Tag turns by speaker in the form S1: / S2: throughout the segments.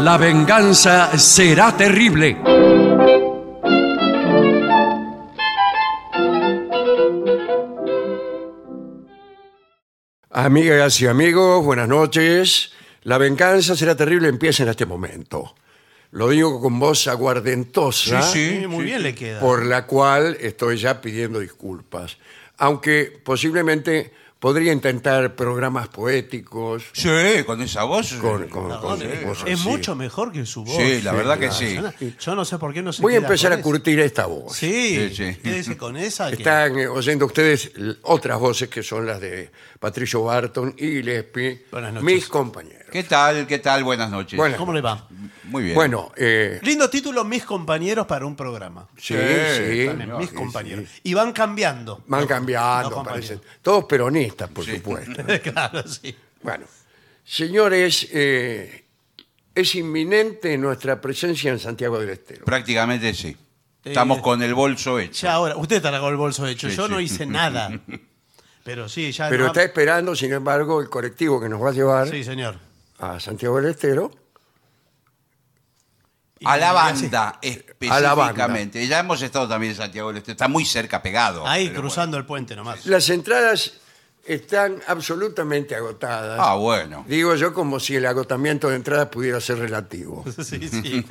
S1: La venganza será terrible. Amigas y amigos, buenas noches. La venganza será terrible empieza en este momento. Lo digo con voz aguardentosa,
S2: Sí, muy bien le queda.
S1: por la cual estoy ya pidiendo disculpas. Aunque posiblemente podría intentar programas poéticos
S3: Sí, con esa voz.
S1: con, con-
S2: No,
S1: con
S2: sí.
S1: voz
S2: Ah, es
S1: así.
S2: mucho mejor que su voz.
S3: Sí, la verdad que sí.
S2: Yo no- Yo no sé por qué no se
S1: Voy a
S2: queda
S1: empezar
S2: con
S1: a
S2: eso.
S1: curtir esta voz.
S2: Sí,
S3: Sí, sí.
S2: quédese con esa. que-
S1: Están eh, oyendo ustedes l- otras voces que son las de Patricio Barton y Gillespie,
S2: Buenas noches.
S1: mis compañeros.
S3: ¿Qué tal? ¿Qué tal? Buenas noches.
S1: Bueno.
S2: ¿Cómo le va?
S3: Muy bien.
S1: Bueno, eh,
S2: Lindo título, mis compañeros para un programa.
S1: sí,
S3: Sí,
S1: sí,
S3: también.
S2: mis
S3: sí,
S2: compañeros. Y van cambiando.
S1: van
S2: Los
S1: cambiando,
S2: compañeros.
S1: parecen. Todos peronistas, por supuesto.
S2: claro, sí.
S1: Bueno, señores, eh, es inminente nuestra presencia en Santiago del Estero.
S3: Prácticamente sí. Estamos
S2: Eh,
S3: con el bolso hecho.
S2: Ya ahora, usted estará con el bolso hecho.
S3: Sí,
S2: Yo
S3: sí.
S2: no hice nada. Pero sí, ya.
S1: Pero
S2: no-
S1: está esperando, sin embargo, el colectivo que nos va a llevar
S2: Sí, señor.
S1: a Santiago del Estero.
S2: Y-
S3: A la
S2: sí.
S3: banda,
S1: A la banda.
S3: específicamente. Ya hemos estado también en Santiago del Este. Está muy cerca, pegado.
S2: Ahí,
S3: pero
S2: cruzando el puente nomás.
S1: Las entradas están absolutamente agotadas.
S3: bueno. Ah, bueno.
S1: Digo yo como si el agotamiento de entradas pudiera ser relativo.
S2: Sí, sí.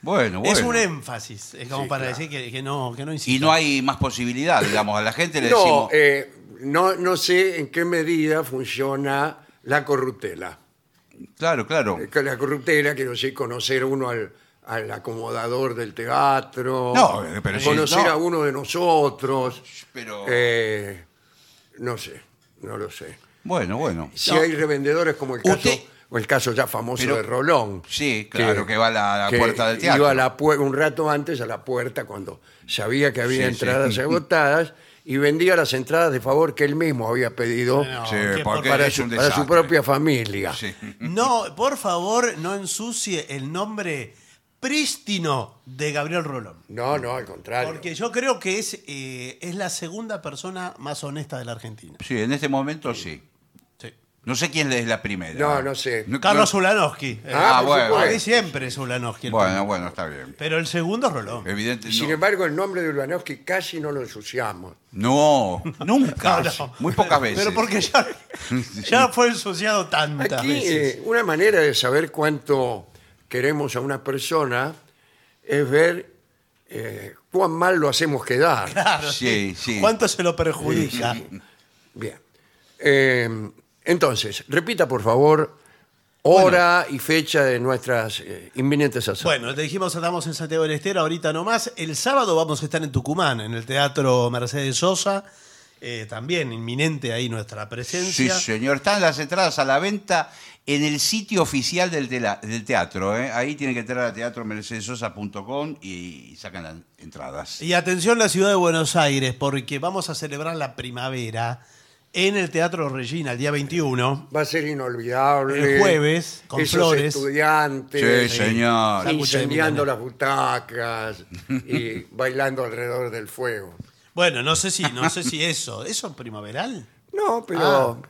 S3: Bueno, bueno.
S2: Es un e- énfasis. Es como
S1: Sí,
S2: para
S1: claro.
S2: decir que, que no, que no insista.
S3: Y no hay más posibilidad, digamos. A la gente le
S1: No,
S3: decimos.
S1: eh, no, no sé en qué medida funciona la corruptela.
S3: Claro, claro.
S1: Eh, que La corruptela, quiero decir, conocer uno al, al acomodador del teatro,
S3: No, eh, pero sí,
S1: conocer
S3: no.
S1: a uno de nosotros,
S3: Pero.
S1: eh, no sé, no lo sé.
S3: Bueno, bueno.
S1: Si hay revendedores como el caso,
S3: Usted-
S1: o el caso ya famoso
S3: Pero-
S1: de Rolón.
S3: Sí, claro, que va a la- la
S1: que
S3: puerta del teatro.
S1: Iba a la pue- un rato antes a la puerta cuando sabía que había
S3: Sí, sí.
S1: entradas agotadas y vendía las entradas de favor que él mismo había pedido
S2: No,
S3: Sí,
S2: qué
S3: porque
S2: porquería.
S1: para,
S3: es
S1: su,
S3: un
S1: para su
S3: desastre.
S1: propia familia.
S3: Sí.
S2: No, por favor, no ensucie el nombre prístino de Gabriel Rolón.
S1: No, no, al contrario.
S2: Porque yo creo que es, eh, es la segunda persona más honesta de la Argentina.
S3: Sí, en este momento sí.
S2: Sí.
S3: No sé quién es la primera.
S1: No, no sé.
S2: Carlos Zulanowski. Eh,
S1: Ah,
S3: por bueno.
S2: A mí
S1: supuesto.
S2: siempre es Zulanowski. el
S3: Bueno, Eh,
S2: primero.
S3: bueno, está bien.
S2: Pero el segundo es Rolón.
S3: Evidente,
S1: Sin
S3: no.
S1: embargo, el nombre de Urbanovsky casi no lo ensuciamos.
S3: No, nunca.
S2: No, no.
S3: Muy pocas veces.
S2: Pero porque ya, ya fue ensuciado tantas
S1: Aquí
S2: veces.
S1: eh, una manera de saber cuánto queremos a una persona es ver eh, cuán mal lo hacemos quedar.
S2: Claro,
S3: Sí, sí.
S2: ¿Cuánto se lo perjudica?
S1: Bien. Eh, entonces, repita por favor hora y fecha de nuestras eh, inminentes hazañas.
S2: Bueno, te dijimos, estamos en Santiago del Estero, ahorita nomás. El sábado vamos a estar en Tucumán, en el Teatro Mercedes Sosa. Eh, también inminente ahí nuestra
S3: Sí,
S2: presencia.
S3: señor. Están las entradas a la venta en el sitio oficial del, tela- del teatro. ¿eh? Ahí tienen que entrar a teatromercedesosa.com y sacan las entradas.
S2: Y atención la ciudad de Buenos Aires, porque vamos a celebrar la primavera en el Teatro Regina el día 21.
S1: Va a ser inolvidable.
S2: El jueves, con
S1: Esos
S2: flores.
S1: estudiantes. eh,
S3: Sí, señor.
S2: Sándwich de
S1: Incendiando las
S2: milanesa.
S1: butacas y bailando alrededor del fuego.
S2: Bueno, no sé si, no sé si eso. ¿Eso es primaveral?
S1: No, pero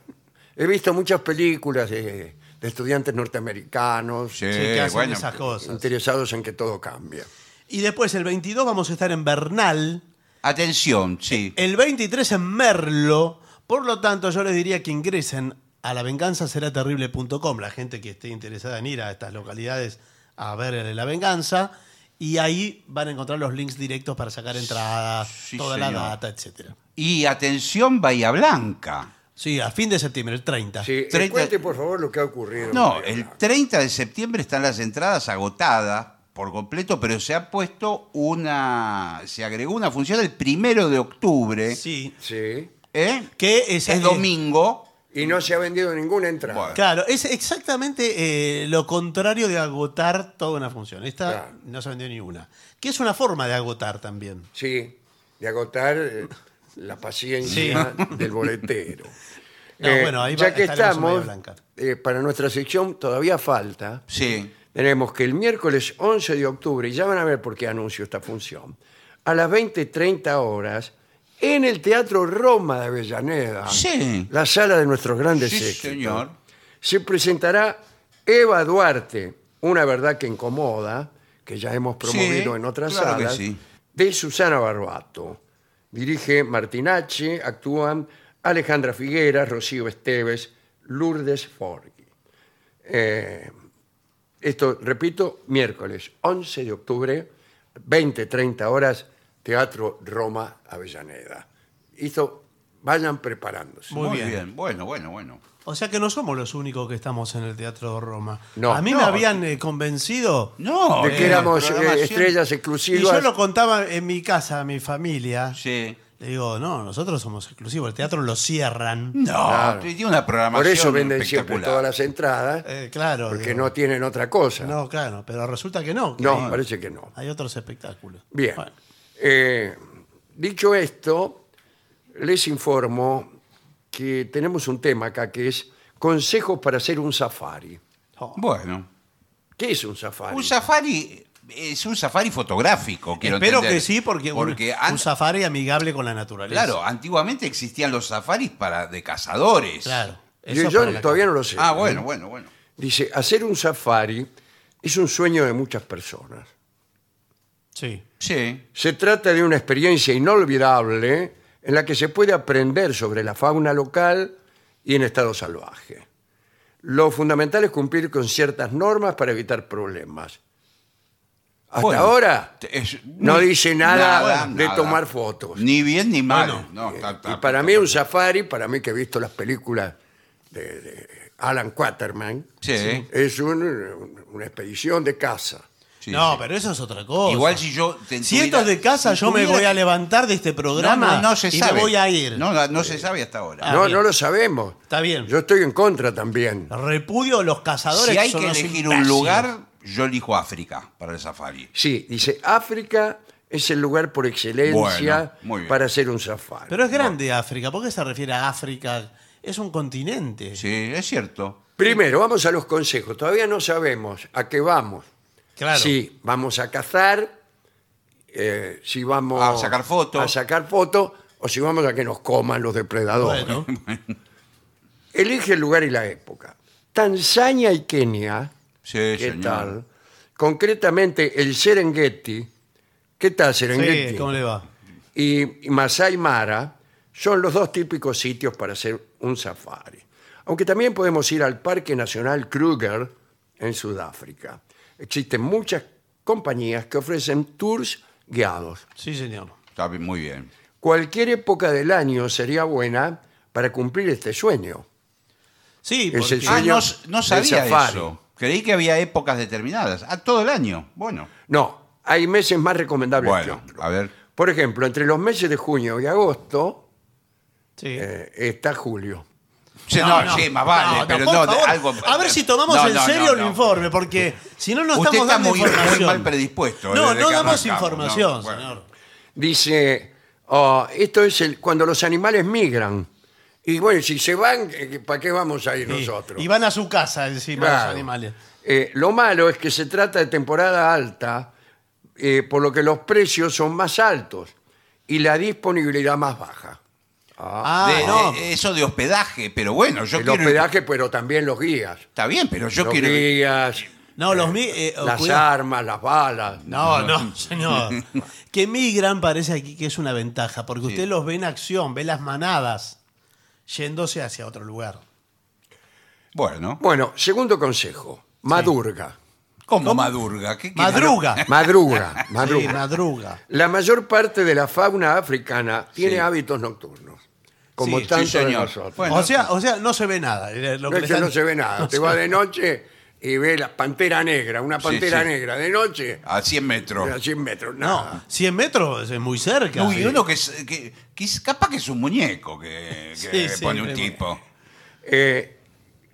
S1: he visto muchas películas de, de estudiantes norteamericanos
S3: Sí,
S2: Sí, que hacen
S3: Eh, bueno.
S2: esas cosas.
S1: interesados en que todo cambia.
S2: Y después el 22 vamos a estar en Bernal,
S3: Atención, sí.
S2: el 23 en Merlo. Por lo tanto, yo les diría que ingresen a lavenganzaseraterrible.com, la gente que esté interesada en ir a estas localidades a ver La Venganza, y ahí van a encontrar los links directos para sacar entradas,
S3: Sí,
S2: toda la
S3: señor.
S2: data, etcétera.
S3: Y atención, Bahía Blanca.
S2: Sí, a fin de septiembre, el 30.
S1: Sí, eh,
S3: 30
S1: cuente por favor lo que ha ocurrido.
S3: No,
S1: Mariana.
S3: el 30 de septiembre están las entradas agotadas por completo, pero se ha puesto una. Se agregó una función el primero de octubre.
S2: Sí.
S1: Sí.
S3: ¿eh?
S2: Que
S3: Es,
S2: esa-
S3: domingo.
S1: Y no se ha vendido ninguna entrada.
S3: Bueno.
S2: Claro, es exactamente eh, lo contrario de agotar toda una función. Esta
S1: Claro.
S2: no se vendió ni una. Que es una forma de agotar también.
S1: Sí, de agotar eh, la paciencia del boletero. Eh,
S2: No, bueno, ahí va-
S1: ya que
S2: estaremos en Bahía
S1: estamos,
S2: Blanca.
S1: eh, para nuestra sección todavía falta.
S3: Sí.
S1: Tenemos que el miércoles 11 de octubre, y ya van a ver por qué anuncio esta función, a las 20.30 horas, en el Teatro Roma de Avellaneda,
S3: Sí.
S1: la sala de nuestros grandes
S3: Sí,
S1: éxitos,
S3: señor.
S1: se presentará Eva Duarte, Una verdad que incomoda, que ya hemos promovido
S3: Sí,
S1: en otras
S3: claro que
S1: salas,
S3: sí.
S1: de Susana Barbato. Dirige Martinacci, actúan Alejandra Figueras, Rocío Esteves, Lourdes Forghi. Eh, esto, repito, miércoles 11 de octubre, 20-30 horas, Teatro Roma Avellaneda. Esto, vayan preparándose.
S2: Muy bien.
S3: Bueno, bueno, bueno.
S2: O sea que no somos los únicos que estamos en el Teatro Roma.
S1: No.
S2: a mí
S3: No.
S2: me habían eh, convencido.
S3: No.
S1: de que
S3: eh,
S1: éramos eh,
S3: programación-
S1: estrellas
S2: Y
S1: exclusivas.
S2: yo lo contaba en mi casa, a mi familia.
S3: Sí.
S2: Le digo, no, nosotros somos exclusivos. El teatro lo cierran.
S3: No,
S1: Claro.
S3: tiene una programación
S1: Por eso venden siempre
S3: espectacular.
S1: todas las entradas,
S2: Eh, claro.
S1: porque
S2: digo,
S1: no tienen otra cosa. No,
S2: No, claro, pero resulta que no. que
S1: parece que no.
S2: Hay otros espectáculos.
S1: Bien.
S2: Bueno,
S1: Eh, dicho esto, les informo que tenemos un tema acá que es consejos para hacer un safari.
S2: oh,
S3: Bueno.
S1: ¿Qué es un safari?
S3: Un safari es un safari fotográfico, quiero
S2: Espero
S3: entender.
S2: que sí, porque, un-
S3: porque
S2: un,
S3: an-
S2: safari amigable con la naturaleza.
S3: claro, antiguamente existían los safaris para de cazadores.
S2: Claro.
S1: Yo-
S2: Eso para
S1: yo
S2: la-
S1: todavía no lo sé.
S3: Ah, bueno, bueno, bueno.
S1: Dice, hacer un safari es un sueño de muchas personas.
S2: Sí.
S3: Sí.
S1: Se trata de una experiencia inolvidable en la que se puede aprender sobre la fauna local y en estado salvaje. Lo fundamental es cumplir con ciertas normas para evitar problemas. Hasta
S3: Bueno,
S1: ahora
S3: es-
S1: no dice nada,
S3: nada,
S1: de
S3: nada.
S1: tomar fotos.
S3: Ni bien ni mal. No,
S1: Eh,
S3: está- está-
S1: y para mí un safari, para mí que he visto las películas de, de Alan Quaterman,
S3: Sí.
S1: es un- un- una expedición de caza.
S3: sí,
S2: no,
S3: sí.
S2: pero eso es otra cosa.
S3: Igual si yo te-
S2: Si esto es de casa,
S3: si
S2: yo me
S3: tuviera-
S2: voy a levantar de este
S3: No,
S2: programa
S3: no, no se
S2: y
S3: sabe.
S2: me voy a ir.
S3: No, no, no se sabe hasta ahora.
S2: Ah,
S1: no,
S2: bien.
S1: no lo sabemos.
S2: Está bien.
S1: Yo estoy en contra también.
S2: Repudio a los cazadores.
S3: si hay
S2: son
S3: que
S2: los
S3: elegir un
S2: imbéciles.
S3: lugar, yo elijo África para el safari.
S1: Sí, dice África es el lugar por
S3: Bueno,
S1: excelencia
S3: muy bien.
S1: para hacer un safari.
S2: Pero es grande África. ¿Por qué se refiere a África? Es un continente.
S3: Sí, es cierto.
S1: Primero, vamos a los consejos. Todavía no sabemos a qué vamos.
S2: Claro.
S1: Si vamos a cazar, eh, si vamos
S3: A sacar fotos.
S1: a sacar fotos, o si vamos a que nos coman los depredadores.
S2: Bueno,
S1: Elige el lugar y la época. Tanzania y Kenia,
S3: Sí,
S1: ¿qué
S3: señor.
S1: tal? Concretamente el Serengeti. ¿Qué tal Serengeti?
S2: sí, ¿cómo le va?
S1: y Masai Mara son los dos típicos sitios para hacer un safari. Aunque también podemos ir al Parque Nacional Kruger en Sudáfrica. Existen muchas compañías que ofrecen tours guiados.
S2: Sí, señor.
S3: Está bien, muy bien.
S1: Cualquier época del año sería buena para cumplir este sueño.
S2: Sí,
S1: Es el
S2: porque-
S1: sueño.
S3: Ah, no, no
S1: del
S3: sabía
S1: safari.
S3: eso. Creí que había épocas determinadas. Ah, todo el año. Bueno.
S1: No, hay meses más recomendables que
S3: Bueno,
S1: otros.
S3: a ver.
S1: Por ejemplo, entre los meses de junio y agosto
S2: Sí.
S1: eh, está julio.
S3: Sí, no, sí, más vale,
S2: no,
S3: pero
S2: por
S3: no, de-
S2: favor.
S3: algo. eh,
S2: A ver si tomamos
S3: No,
S2: en
S3: no, no,
S2: serio el
S3: no.
S2: informe, porque si no, no
S3: Usted
S2: estamos
S3: está
S2: dando
S3: muy, muy
S2: información.
S3: mal predispuesto.
S2: No,
S3: desde
S2: no
S3: que
S2: damos
S3: arrancamos, ¿no?
S2: información,
S3: Bueno.
S2: señor.
S1: dice, oh, esto es el, cuando los animales migran. Y bueno, si se van, eh, ¿para qué vamos a ir
S2: Sí,
S1: nosotros?
S2: Y van a su casa encima
S1: Claro.
S2: los animales.
S1: Eh, lo malo es que se trata de temporada alta, eh, por lo que los precios son más altos y la disponibilidad más baja.
S2: Ah,
S3: De-
S2: no.
S1: eh,
S3: de- eso de hospedaje, pero bueno, yo
S1: el
S3: quiero.
S1: hospedaje, pero también los guías.
S3: Está bien, pero yo
S1: los
S3: quiero.
S1: guías,
S2: no, los mi- eh, oh,
S1: las
S2: cuidado.
S1: armas, las balas.
S2: No, no, señor. que migran parece aquí que es una ventaja, porque usted los ve en acción, ve las manadas yéndose hacia otro lugar.
S3: Bueno,
S1: Bueno, segundo consejo, madurga.
S3: ¿cómo madurga? ¿Qué- qué-
S2: Madruga.
S1: Madruga, madruga.
S2: Sí, madruga.
S1: La mayor parte de la fauna africana tiene hábitos nocturnos, como
S2: Sí, sí,
S1: tanto de
S3: señor.
S1: nosotros.
S3: Bueno.
S2: o, sea, o sea, no se ve nada. eh,
S1: no
S2: lo que
S1: es
S2: le
S1: que
S2: están-
S1: no se ve nada.
S2: No
S1: Te
S2: se
S1: va
S2: ve.
S1: de noche y ve la pantera negra, una
S3: Sí,
S1: pantera
S3: sí.
S1: negra de noche
S3: A 100
S1: a
S3: metros.
S1: 100 metros.
S2: No,
S1: Nada.
S2: 100 metros es muy cerca.
S3: Uy,
S2: Sí.
S3: uno que, es- que, que es- capaz que es un muñeco que, que
S2: Sí, sí,
S3: pone un
S2: pero-
S3: tipo.
S1: Eh,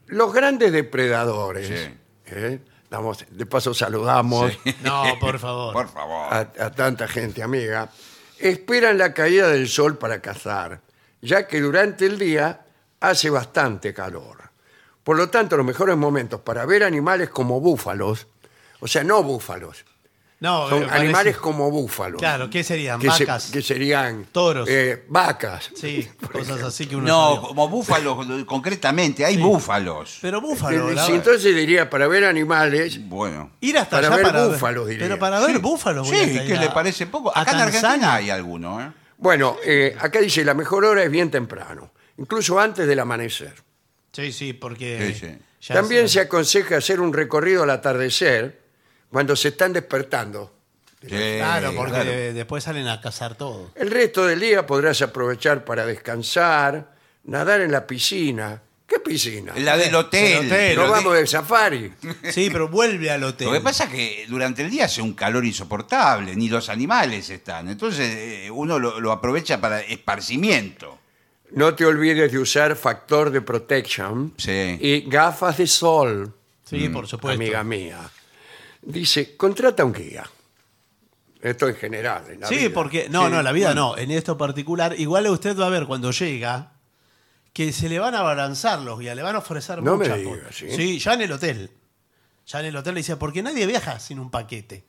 S1: los grandes depredadores,
S3: Sí.
S1: eh, damos- de paso saludamos
S2: No, por favor.
S3: Por favor.
S1: a,
S2: Ah,
S1: a tanta gente amiga, esperan la caída del sol para cazar, ya que durante el día hace bastante calor. Por lo tanto, los mejores momentos para ver animales como búfalos, o sea, no búfalos,
S2: No,
S1: Son
S2: eh, parece-
S1: animales como búfalos.
S2: Claro, ¿qué serían?
S1: Que se-
S2: Vacas.
S1: que serían...
S2: Toros.
S1: eh, vacas.
S2: Sí, cosas así que uno
S3: No,
S2: sabía.
S3: como búfalos, lo- concretamente, hay búfalos.
S2: Pero búfalo,
S1: Eh,
S2: la-
S1: sí, entonces diría, para ver animales,
S3: Bueno.
S2: ir hasta
S1: para
S2: allá
S1: ver
S2: para
S1: búfalos, diría.
S2: Pero para ver búfalos, voy
S3: Sí,
S2: hasta
S3: que
S2: ir
S3: le
S2: a-
S3: parece poco.
S2: a
S3: Acá en Argentina
S2: Tanzania.
S3: hay alguno, ¿eh?
S1: Bueno, eh, acá dice, la mejor hora es bien temprano, incluso antes del amanecer.
S2: Sí, sí, porque.
S3: Sí, sí.
S2: ya
S1: También
S2: se-
S1: se aconseja hacer un recorrido al atardecer cuando se están despertando.
S3: Sí,
S2: Eh, Claro, porque
S3: claro.
S2: después salen a cazar todo.
S1: El resto del día podrás aprovechar para descansar, nadar en la piscina. ¿Qué piscina?
S3: La del hotel.
S2: El hotel,
S1: no
S3: Pero
S1: vamos de safari.
S2: Sí, pero vuelve al hotel.
S3: Lo que pasa es que durante el día hace un calor insoportable, ni los animales están. Entonces eh, uno lo, lo aprovecha para esparcimiento.
S1: No te olvides de usar factor de protection
S3: Sí.
S1: y gafas de sol,
S2: Sí, por supuesto.
S1: Mm, amiga mía. Dice, contrata un guía. Esto en general. en la
S2: sí,
S1: vida.
S2: porque. No, no, la vida no. En esto particular, igual usted va a ver cuando llega que se le van a abalanzar los guías, le van a ofrecer
S1: No me
S2: muchas
S1: diga,
S2: cosas.
S1: ¿sí?
S2: ya en el hotel. Ya en el hotel le dice, porque nadie viaja sin un paquete.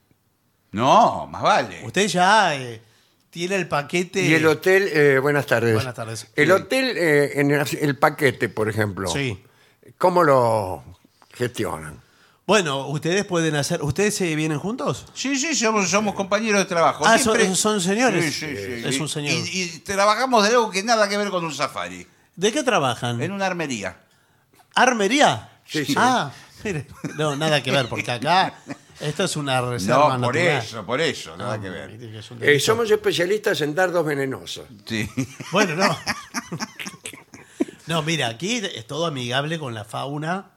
S3: No, más vale.
S2: Usted ya eh, tiene el paquete.
S1: Y el hotel, eh, buenas tardes.
S2: Buenas tardes.
S1: El
S2: Sí.
S1: hotel, eh, en el, el paquete, por ejemplo,
S2: Sí.
S1: ¿cómo lo gestionan?
S2: Bueno, ustedes pueden hacer. ¿Ustedes se vienen juntos?
S3: Sí, sí, somos, somos compañeros de trabajo.
S2: Ah,
S3: Siempre-
S2: son- son señores.
S3: Sí, sí, sí.
S2: Es un señor.
S3: Y, y trabajamos de algo que nada que ver con un safari.
S2: ¿De qué trabajan?
S3: En una armería.
S2: ¿Armería?
S1: Sí, sí.
S2: Ah, mire. No, nada que ver, porque acá esto es una
S3: No,
S2: reserva
S3: por
S2: natural.
S3: eso, por eso, nada
S2: Ah,
S3: que ver.
S2: mire, es un
S1: Eh,
S2: delito.
S1: somos especialistas en dardos venenosos.
S3: Sí.
S2: Bueno, no. No, mira, aquí es todo amigable con la fauna.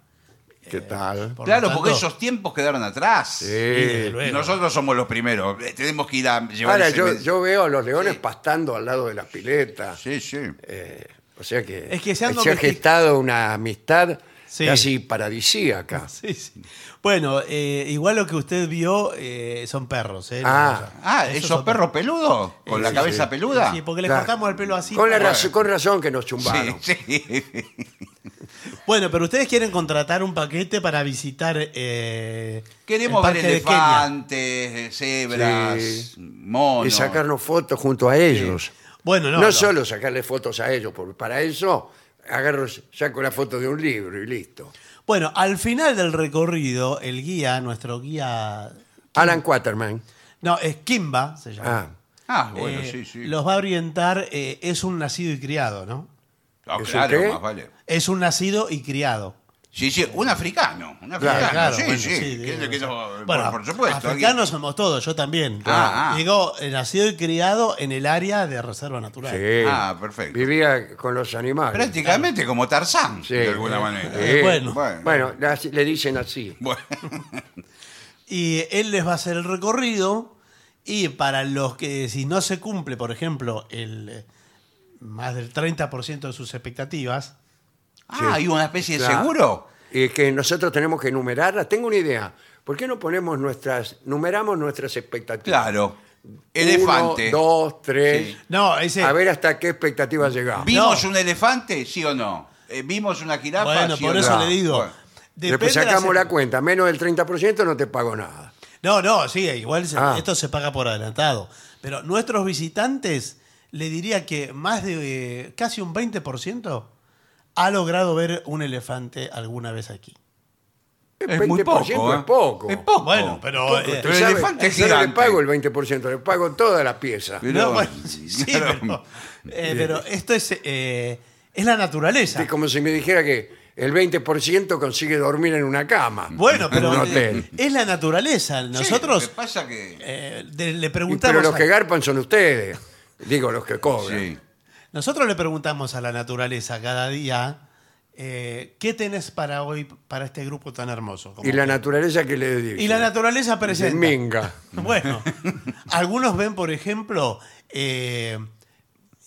S1: ¿Qué tal?
S2: Eh, por
S3: Claro,
S2: lo
S3: porque
S2: tanto-
S3: esos tiempos quedaron atrás.
S1: Sí.
S2: Desde
S3: Y
S2: luego.
S3: Eh, Nosotros somos los primeros. Eh, Tenemos que ir a llevar
S1: Ahora,
S3: ese
S1: yo,
S3: men-
S1: yo veo a los leones pastando al lado de la pileta.
S3: Sí, sí.
S1: Eh, o sea que,
S2: Es que se han domestic-
S1: gestado una amistad
S2: Sí.
S1: casi paradisíaca.
S2: Sí, sí. Bueno, eh, igual lo que usted vio eh, son perros. ¿eh?
S1: Ah.
S3: Ah, esos,
S2: son
S3: perros peludos, con la
S2: sí,
S3: cabeza
S1: sí.
S3: peluda.
S2: Sí, porque le
S1: Claro.
S2: cortamos el pelo así.
S1: Con, la
S2: para-
S1: raz- con razón que nos chumbaron.
S3: Sí, sí.
S2: Bueno, pero ustedes quieren contratar un paquete para visitar. eh,
S3: Queremos
S2: el
S3: ver
S2: parque de Kenia.
S3: elefantes, eh, cebras,
S1: Sí.
S3: monos.
S1: Y sacarnos fotos junto a ellos.
S2: Bueno, no.
S1: No,
S2: no.
S1: solo sacarle fotos a ellos, porque para eso agarro, saco la foto de un libro y listo.
S2: Bueno, al final del recorrido, el guía, nuestro guía.
S1: Alan Quaterman.
S2: No, es Kimba, se
S1: Ah,
S2: llama.
S3: Ah, bueno,
S2: Eh,
S3: sí, sí.
S2: Los va a orientar, eh, es un nacido y criado, ¿no?
S3: Ah,
S1: ¿Eso
S3: claro,
S1: qué?
S3: más vale.
S2: Es un nacido y criado. Eh,
S3: Sí, sí, un africano. Un africano, sí,
S2: bueno,
S3: sí.
S2: sí,
S3: que-
S2: digo,
S3: que
S2: sí.
S3: no-
S2: Bueno,
S3: por, por supuesto.
S2: Africanos
S3: alguien-
S2: somos todos, yo también.
S3: Ah, ah.
S2: Digo, eh, nacido y criado en el área de reserva natural.
S1: sí.
S3: Ah, perfecto.
S1: Vivía con los animales.
S3: Prácticamente como Tarzán,
S1: Sí.
S3: de alguna manera. ¿eh?
S1: Sí.
S2: Bueno.
S1: Bueno, las- le dicen así.
S3: Bueno,
S2: Y él les va a hacer el recorrido. Y para los que, si no se cumple, por ejemplo, el eh, más del 30% de sus expectativas,
S3: Ah, hay una especie de
S1: Claro.
S3: seguro.
S1: Y que nosotros tenemos que enumerarlas. Tengo una idea. ¿Por qué no ponemos nuestras, numeramos nuestras expectativas?
S3: Claro. Elefante.
S1: Uno, dos, tres.
S3: Sí.
S2: no, ese.
S1: A ver hasta qué expectativa llegamos.
S3: ¿Vimos
S2: No.
S3: un elefante? ¿Sí o no? Eh, ¿Vimos una jirafa?
S2: Bueno,
S3: ¿Sí
S2: por
S3: o
S2: eso
S3: no?
S2: le digo.
S3: Bueno.
S2: depende
S1: Después
S2: de las-
S1: sacamos la cuenta. Menos del 30% no te pago nada.
S2: No, no, sí, igual se-
S1: Ah.
S2: esto se paga por adelantado. Pero nuestros visitantes, le diría que más de eh, casi un 20% ha logrado ver un elefante alguna vez aquí.
S1: El
S3: Es muy poco.
S1: 20%
S3: ¿eh?
S1: es poco.
S3: Es poco.
S2: Bueno, pero,
S1: Poco.
S2: eh,
S1: Usted
S3: el
S1: sabe,
S3: elefante es
S1: yo no le
S3: gigante.
S1: pago el 20%, le pago toda la pieza.
S3: Pero-
S2: No, bueno, sí, sí,
S3: claro.
S2: pero, eh, pero esto es, eh, es la naturaleza.
S1: Es como si me dijera que el 20% consigue dormir en una cama.
S2: Bueno,
S1: en un
S2: pero eh,
S1: hotel.
S2: es la naturaleza.
S3: Sí,
S2: Nosotros
S3: lo que pasa que...
S2: eh, de- le
S1: Y- Pero
S2: preguntamos
S1: los
S2: a-
S1: que garpan son ustedes. Digo, los que cobran.
S3: Sí.
S2: nosotros le preguntamos a la naturaleza cada día eh, qué tenés para hoy para este grupo tan hermoso. Como-
S1: Y la naturaleza que le dedica.
S2: y la naturaleza
S1: Se
S2: presenta.
S1: Minga.
S2: Bueno, algunos ven, por ejemplo, eh,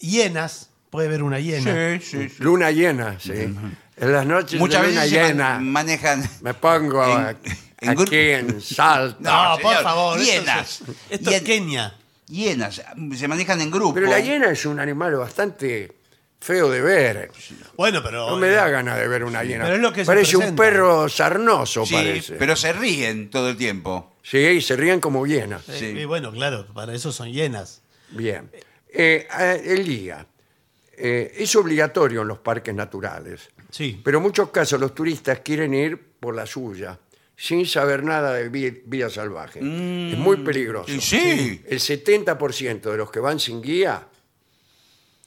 S2: hienas. Puede ver una hiena.
S3: Sí, sí, sí.
S1: Luna llena, sí. En las noches
S3: Muchas
S1: de luna
S3: veces se man-
S1: llena
S3: manejan...
S2: mm,
S1: me pongo
S3: En-
S1: a-
S3: en
S1: aquí
S3: grupo-
S1: en Salta.
S2: No,
S3: No,
S2: por
S3: señor,
S2: favor. esto es-
S3: hienas.
S2: Esto es,
S3: Hien-
S2: Kenia.
S3: Hienas. Se manejan en grupo.
S1: Pero la hiena es un animal bastante feo de ver.
S2: Bueno, pero. eh,
S1: No me da ganas de ver una hiena.
S2: Pero es lo que se
S1: parece un
S2: presenta.
S1: perro sarnoso,
S3: Sí,
S1: parece.
S3: pero se ríen todo el tiempo.
S1: Sí, y se ríen como hienas.
S2: Eh,
S3: Sí.
S2: Y bueno, claro, para eso son llenas.
S1: Bien. Eh, a- el guía. Eh, es obligatorio en los parques naturales,
S2: Sí.
S1: pero en muchos casos los turistas quieren ir por la suya, sin saber nada de vi- vida salvaje. es muy peligroso.
S3: Mm, Y sí.
S1: El 70% de los que van sin guía,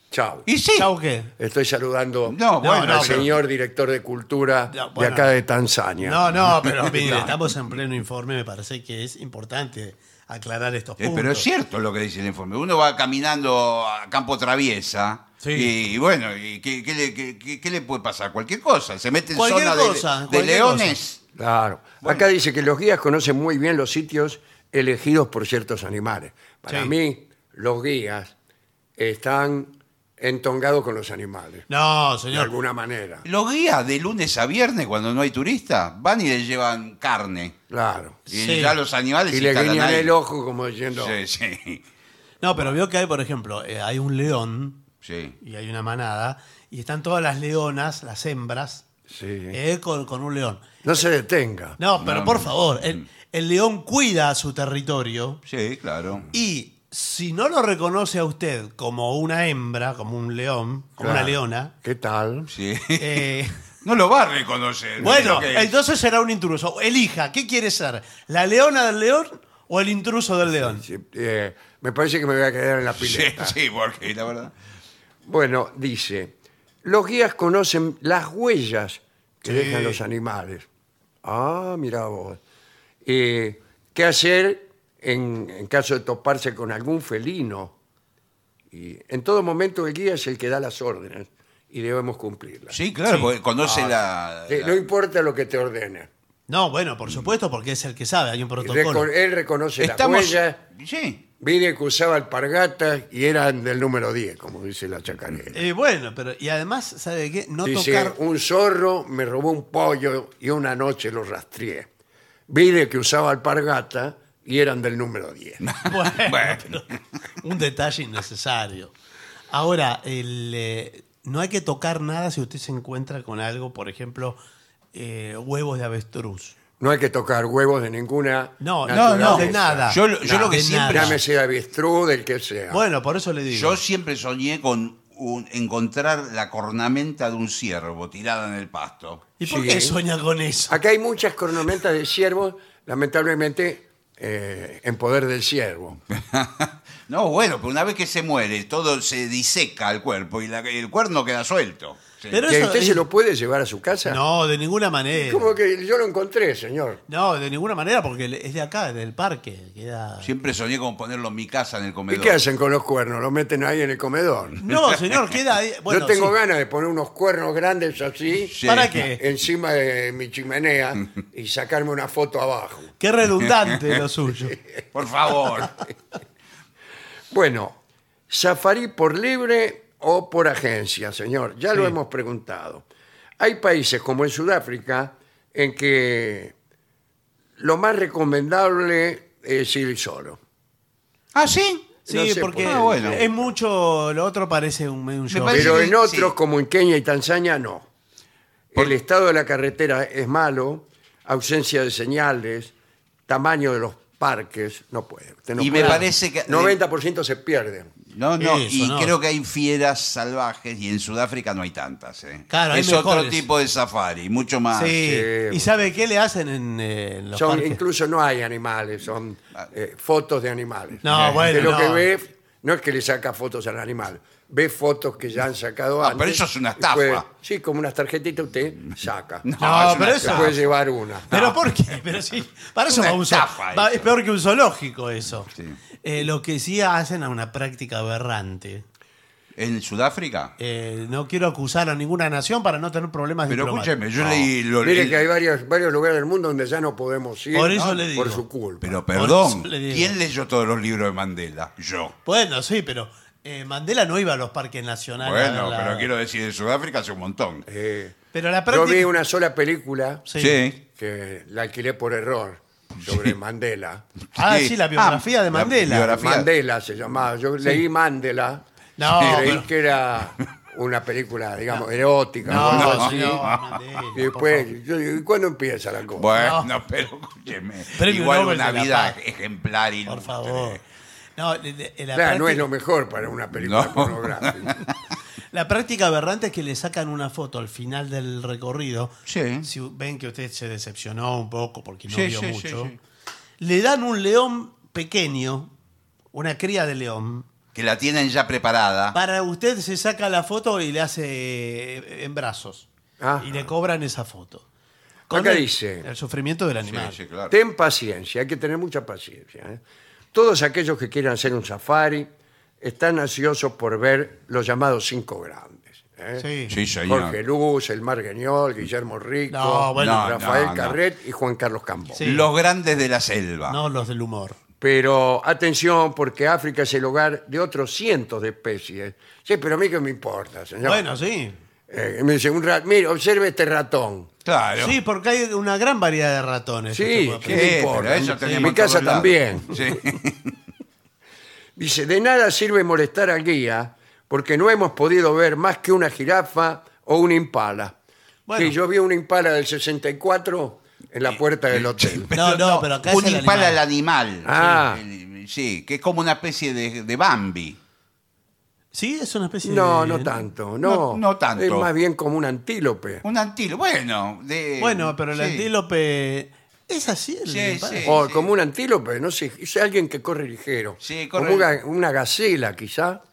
S1: chao.
S3: Y sí.
S2: ¿Chao qué?
S1: Estoy saludando
S3: No, bueno,
S1: al
S3: pero-
S1: señor director de cultura
S2: No,
S1: de
S2: bueno.
S1: acá de Tanzania.
S2: No, no, pero mire, estamos en pleno informe, me parece que es importante aclarar estos
S3: Eh,
S2: puntos.
S3: pero es cierto lo que dice el informe. Uno va caminando a campo traviesa.
S2: Sí.
S3: Y, y bueno, y ¿qué, qué le, qué- qué- qué le puede pasar? Cualquier cosa. Se mete en
S2: Cualquier
S3: zona de-
S2: cosa,
S3: de,
S2: cualquier
S3: leones.
S1: Claro. Acá dice que los guías conocen muy bien los sitios elegidos por ciertos animales. Para
S2: Sí.
S1: mí, los guías están entongados con los animales,
S2: No,
S1: de
S2: señor.
S1: alguna manera.
S3: Los guías de lunes a viernes, cuando no hay turista, van y les llevan carne.
S1: Claro.
S3: Y
S2: Sí.
S3: ya los animales
S1: Y
S3: se
S1: le
S3: instalan
S1: guiñan
S3: ahí.
S1: el ojo como diciendo,
S3: Sí, sí,
S2: No, pero veo que hay, por ejemplo, eh, hay un león
S3: sí.
S2: y hay una manada y están todas las leonas, las hembras,
S1: sí.
S2: eh, con, con un león.
S1: no se detenga.
S2: No, pero
S3: No,
S2: por
S3: no. Mm.
S2: favor, el, el león cuida su territorio
S3: Sí, claro.
S2: y si no lo reconoce a usted como una hembra, como un león,
S1: Claro.
S2: como una leona,
S1: ¿Qué tal?
S3: Sí.
S2: eh,
S3: No lo va a reconocer.
S2: Bueno,
S3: Lo que-
S2: entonces será un intruso. Elija, ¿qué quiere ser? ¿La leona del león o el intruso del león?
S1: Sí, eh, me parece que me voy a quedar en la
S3: Sí,
S1: pileta.
S3: sí, porque la verdad.
S1: Bueno, dice, los guías conocen las huellas que
S2: Sí.
S1: dejan los animales. Ah, mira vos. Eh, ¿Qué hacer en, en caso de toparse con algún felino? Y en todo momento el guía es el que da las órdenes y debemos cumplirlas.
S3: Sí, claro,
S2: Sí.
S3: porque conoce la.
S1: Eh,
S3: la-
S1: no importa lo que te ordene.
S2: No, bueno, por supuesto, porque es el que sabe, hay un protocolo.
S1: Reco- él reconoce
S3: Estamos.
S1: las huellas.
S3: Sí.
S1: Vine que usaba alpargatas y eran del número 10, como dice la chacarera.
S2: Eh, bueno, pero y además, ¿sabe qué? No
S1: Dice,
S2: tocar.
S1: un zorro me robó un pollo y una noche lo rastrié. Vi de que usaba alpargata y eran del número 10.
S2: Bueno,
S3: Bueno.
S2: pero un detalle innecesario. Ahora, el, eh, no hay que tocar nada si usted se encuentra con algo, por ejemplo, eh, huevos de avestruz.
S1: No hay que tocar huevos de ninguna
S2: No, no,
S1: naturaleza.
S2: no, de nada.
S3: Yo lo- yo
S2: Nada,
S3: lo que
S2: de
S3: siempre-
S2: nada.
S1: Llámese avestruz, del que sea.
S2: Bueno, por eso le digo.
S3: Yo siempre soñé con un- encontrar la cornamenta de un ciervo tirada en el pasto.
S2: ¿Y por
S1: Sí.
S2: qué sueña con eso?
S1: Acá hay muchas cornamentas de ciervos, lamentablemente eh, en poder del ciervo.
S3: No, bueno, pero una vez que se muere, todo se diseca el cuerpo y la- el cuerno queda suelto. Sí.
S2: Pero
S1: ¿Que
S2: eso
S1: usted
S2: es-
S1: se lo puede llevar a su casa?
S2: No, de ninguna manera.
S1: Como que yo lo encontré, señor.
S2: No, de ninguna manera, porque es de acá, del parque. Queda...
S3: Siempre soñé con ponerlo en mi casa en el
S1: ¿Y
S3: comedor.
S1: qué hacen con los cuernos? ¿Los meten ahí en el comedor?
S2: No, señor, queda ahí. Bueno,
S1: yo tengo
S2: sí.
S1: ganas de poner unos cuernos grandes así.
S3: Sí.
S2: ¿Para qué?
S1: encima de mi chimenea y sacarme una foto abajo.
S2: Qué redundante lo suyo.
S3: Por favor.
S1: Bueno, safari por libre o por agencia, señor. Ya lo
S2: Sí.
S1: hemos preguntado. Hay países como en Sudáfrica en que lo más recomendable es ir solo.
S3: ¿Ah, sí?
S1: No
S2: Sí,
S1: sé,
S2: porque
S1: pues.
S3: Ah, bueno.
S2: es mucho. Lo otro parece un, medio un show.
S3: parece-
S1: Pero
S3: Pues Sí,
S1: en
S3: sí.
S1: otros, como en Kenia y Tanzania, no. El estado de la carretera es malo, ausencia de señales, tamaño de los parques, no puede. Usted no
S3: Y me
S1: puede.
S3: parece que-
S1: 90% se pierden.
S3: No, no,
S2: Eso,
S3: y
S2: no.
S3: creo que hay fieras salvajes y en Sudáfrica no hay tantas. ¿eh?
S2: Claro, hay
S3: es otro
S2: mejores.
S3: tipo de safari, mucho más.
S2: Sí.
S1: ah, sí.
S2: ¿Y sabe qué le hacen en, eh, en los
S1: Son,
S2: parques?
S1: incluso no hay animales, son eh, fotos de animales.
S2: No,
S3: Eh,
S1: Que
S2: bueno.
S1: lo
S2: no.
S1: que ve no es que le saca fotos al animal, ve fotos que ya han sacado
S3: Ah,
S1: antes.
S3: pero eso es una
S1: y
S3: estafa.
S1: puede- sí, como unas tarjetitas usted saca.
S3: No,
S2: No,
S3: es una
S2: pero eso-
S1: Se
S3: estafa.
S1: puede llevar una.
S2: ¿Pero por qué? Pero sí, para eso
S3: Una
S2: va un zoo.
S3: estafa
S2: Va-
S3: eso.
S2: Es peor que un zoológico eso.
S3: Sí.
S2: Eh, lo que sí hacen a una práctica aberrante.
S3: ¿En Sudáfrica?
S2: Eh, no quiero acusar a ninguna nación para no tener problemas
S3: Pero
S2: diplomáticos.
S3: escúcheme, yo leí
S2: Ah,
S3: lo
S1: Ah, Mire
S3: el-
S1: que hay varios, varios lugares del mundo donde ya no podemos ir
S2: Por eso
S1: ¿no?
S2: le digo.
S1: por su culpa.
S3: Pero
S2: Por
S3: perdón,
S2: eso le digo.
S3: ¿quién leyó todos los libros de Mandela? Yo.
S2: Bueno, sí, pero eh, Mandela no iba a los parques nacionales. a
S3: Bueno,
S2: ver la-
S3: pero quiero decir, en Sudáfrica hace un montón.
S1: Eh,
S2: Pero la
S1: yo
S2: práctica...
S1: vi una sola película
S2: Sí.
S1: que la alquilé por error sobre Mandela.
S2: Ah, sí, la biografía de
S3: la
S2: Mandela.
S3: biografía.
S1: Mandela se llamaba. Yo leí Mandela.
S2: No,
S1: y creí
S2: pero-
S1: que era una película, digamos, erótica. o algo
S2: No,
S1: así.
S2: señor, Mandela,
S1: Y
S2: por favor.
S1: después, yo digo, ¿y cuándo empieza la cosa?
S3: Bueno, pero escúcheme.
S2: Premio
S3: igual
S2: Nobel
S3: una
S2: de la
S3: vida
S2: Paz.
S3: ejemplar y
S2: Por favor. No, le- le-
S1: Claro,
S2: la,
S1: no
S2: práctica-
S1: es lo mejor para una película
S3: No.
S1: pornográfica.
S2: la práctica aberrante es que le sacan una foto al final del recorrido.
S3: Sí.
S2: Si ven que usted se decepcionó un poco porque no
S3: Sí,
S2: vio
S3: sí, sí,
S2: mucho,
S3: sí.
S2: le dan un león pequeño, una cría de león.
S3: Que la tienen ya preparada.
S2: Para usted se saca la foto y le hace eh, en brazos.
S1: Ajá.
S2: Y le cobran esa foto.
S1: Ah. Acá
S2: el-
S1: dice.
S2: El sufrimiento del
S3: Sí,
S2: animal.
S3: sí, claro.
S1: Ten paciencia, hay que tener mucha paciencia. ¿eh? Todos aquellos que quieran hacer un safari están ansiosos por ver los llamados cinco grandes. ¿eh?
S2: Sí.
S3: Sí, señor.
S1: Jorge Luz, Elmar Gueñol, Guillermo Rico,
S2: No, bueno.
S3: No,
S1: Rafael
S3: no, no.
S1: Carret y Juan Carlos Cambó.
S2: Sí.
S3: Los grandes de la selva.
S2: No los del humor.
S1: Pero atención, porque África es el hogar de otros cientos de especies. Sí, pero a mí que me importa, señor.
S2: Bueno, sí.
S1: Eh, me dice un rat, mire, observe este ratón.
S3: Claro.
S2: Sí, porque hay una gran variedad de ratones. que
S1: Sí,
S2: usted puede
S1: ¿qué
S3: Sí,
S1: me
S2: pedir.
S3: pero
S1: importa?
S3: eso
S1: En
S3: tenemos
S1: mi casa
S3: en todos lados. Sí.
S1: Dice, de nada sirve molestar al guía porque no hemos podido ver más que una jirafa o un impala.
S2: Bueno.
S1: Sí, yo vi un impala del 64 en la puerta del hotel.
S2: No, no, pero acá
S3: un
S2: es el
S3: impala al
S2: animal.
S3: animal.
S1: Ah.
S3: El- Sí, que es como una especie de, de Bambi.
S2: Sí, es una especie
S1: No,
S2: de...
S1: no tanto, no.
S3: No- no tanto.
S1: Es más bien como un antílope.
S3: Un antílope. Bueno, de-
S2: Bueno, pero el
S3: sí.
S2: antílope... Es así el
S3: Sí,
S2: impala?
S3: sí.
S1: O como un antílope, no sé, es alguien que corre ligero.
S3: Sí, corre-
S1: Como una, una gacela, quizá.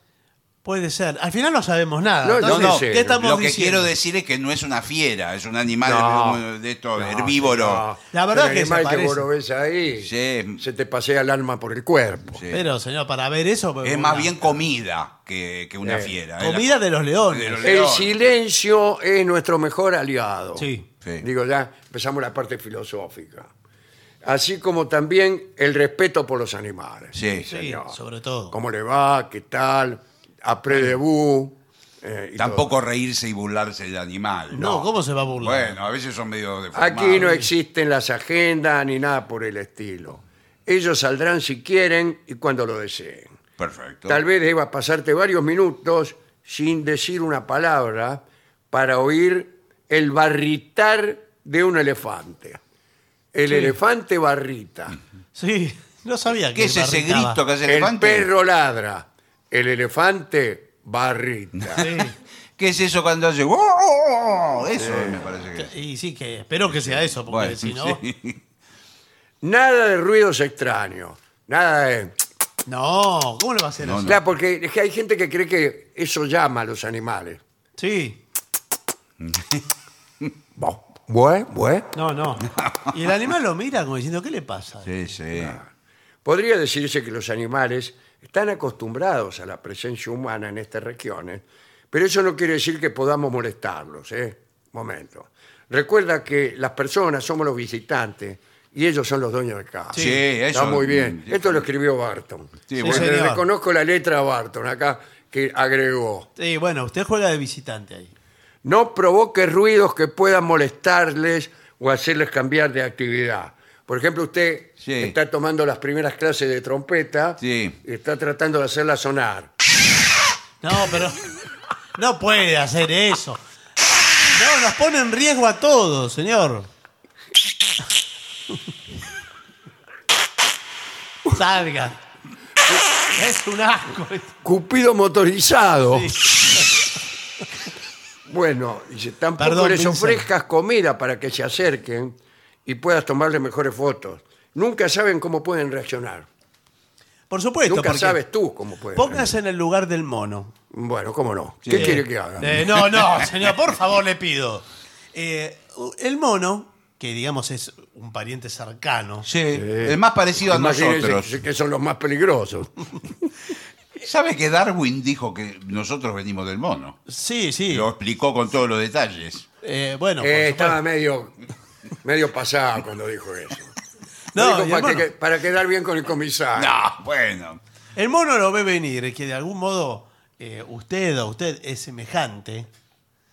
S2: Puede ser. Al final no sabemos nada.
S1: No, no,
S2: Entonces,
S1: no sé.
S2: ¿Qué estamos
S3: Lo que
S2: diciendo?
S3: quiero decir es que no es una fiera, es un animal
S1: No.
S3: de estos
S1: No,
S3: herbívoros.
S1: no.
S2: La verdad
S1: El
S2: que se
S1: animal que
S2: parece.
S1: vos lo ves ahí,
S3: Sí.
S1: se te pasea el alma por el cuerpo.
S3: Sí.
S2: Pero, señor, para ver eso...
S3: Es
S2: una-
S3: más bien comida que, que una
S1: Sí.
S3: fiera. ¿eh?
S2: Comida de los leones.
S3: De los
S1: El
S3: leones.
S1: silencio es nuestro mejor aliado.
S2: Sí.
S3: Sí.
S1: Digo, ya empezamos la parte filosófica. Así como también el respeto por los animales.
S3: Sí.
S2: Sí,
S1: señor.
S2: sobre todo.
S1: ¿Cómo le va? ¿Qué tal? ¿Après de vous? eh, y
S3: Tampoco reírse y burlarse del animal.
S2: No, ¿cómo se va a burlar?
S3: Bueno, a veces son medio ¿eh?
S1: todo.
S3: deformados.
S1: Aquí no existen las agendas ni nada por el estilo. Ellos saldrán si quieren y cuando lo deseen.
S3: Perfecto.
S1: Tal vez debas pasarte varios minutos sin decir una palabra para oír el barritar de un elefante. El elefante barrita.
S2: Sí, no sabía que
S3: ¿Qué es ese
S2: barricaba.
S3: grito que hace Mm. el
S1: El
S3: elefante?
S1: perro ladra. El elefante barrita.
S3: ¿Qué es eso cuando hace? "Oh, oh, oh"? Eso me parece que es.
S2: Sí. Y sí que espero que sea eso, porque
S3: Bueno,
S2: si no...
S3: sí.
S1: Nada de ruidos extraños. Nada de...
S2: No, ¿cómo le va a hacer
S3: No,
S2: eso?
S3: no.
S1: Claro, porque es que hay gente que cree que eso llama a los animales.
S2: Sí,
S1: Bo, bue, bue.
S2: no, no. Y el animal lo mira como diciendo, ¿qué le pasa?
S3: Sí, sí.
S1: Podría decirse que los animales están acostumbrados a la presencia humana en estas regiones, pero eso no quiere decir que podamos molestarlos. ¿eh? Momento. Recuerda que las personas somos los visitantes y ellos son los dueños de casa.
S3: Sí, eso-
S1: Está muy bien.
S3: sí.
S1: Esto lo escribió Barton.
S3: Sí,
S1: Le
S3: bueno.
S2: señor.
S1: reconozco la letra a Barton acá que agregó.
S2: Sí, bueno, usted juega de visitante ahí.
S1: No provoque ruidos que puedan molestarles o hacerles cambiar de actividad. Por ejemplo, usted
S3: Sí.
S1: está tomando las primeras clases de trompeta
S3: Sí.
S1: y está tratando de hacerla sonar.
S2: No, pero no puede hacer eso. No, nos pone en riesgo a todos, señor. Salga. Es un asco.
S1: Cupido motorizado. Bueno, dice, tampoco
S2: Perdón,
S1: les
S2: Vincent.
S1: ofrezcas comida para que se acerquen y puedas tomarle mejores fotos. Nunca saben cómo pueden reaccionar.
S2: Por supuesto.
S1: Nunca
S2: porque-
S1: sabes tú cómo pueden.
S2: Póngase en el lugar del mono.
S1: Bueno, cómo no.
S3: Sí.
S1: ¿Qué quiere que haga?
S2: Eh, no, no, señor, por favor, le pido. Eh, el mono, que digamos es un pariente cercano,
S3: Sí, el más parecido a
S1: Imagínense
S3: nosotros.
S1: que son los más peligrosos.
S3: ¿Sabe que Darwin dijo que nosotros venimos del mono?
S2: Sí, sí.
S3: Lo explicó con todos los detalles.
S2: Eh, bueno, por
S1: Eh,
S2: supuesto.
S1: estaba medio, medio pasado cuando dijo eso.
S2: No,
S1: Lo dijo
S2: y el
S1: para,
S2: mono.
S1: que- para quedar bien con el comisario.
S3: No, bueno.
S2: el mono lo ve venir, es que de algún modo eh, usted o usted es semejante.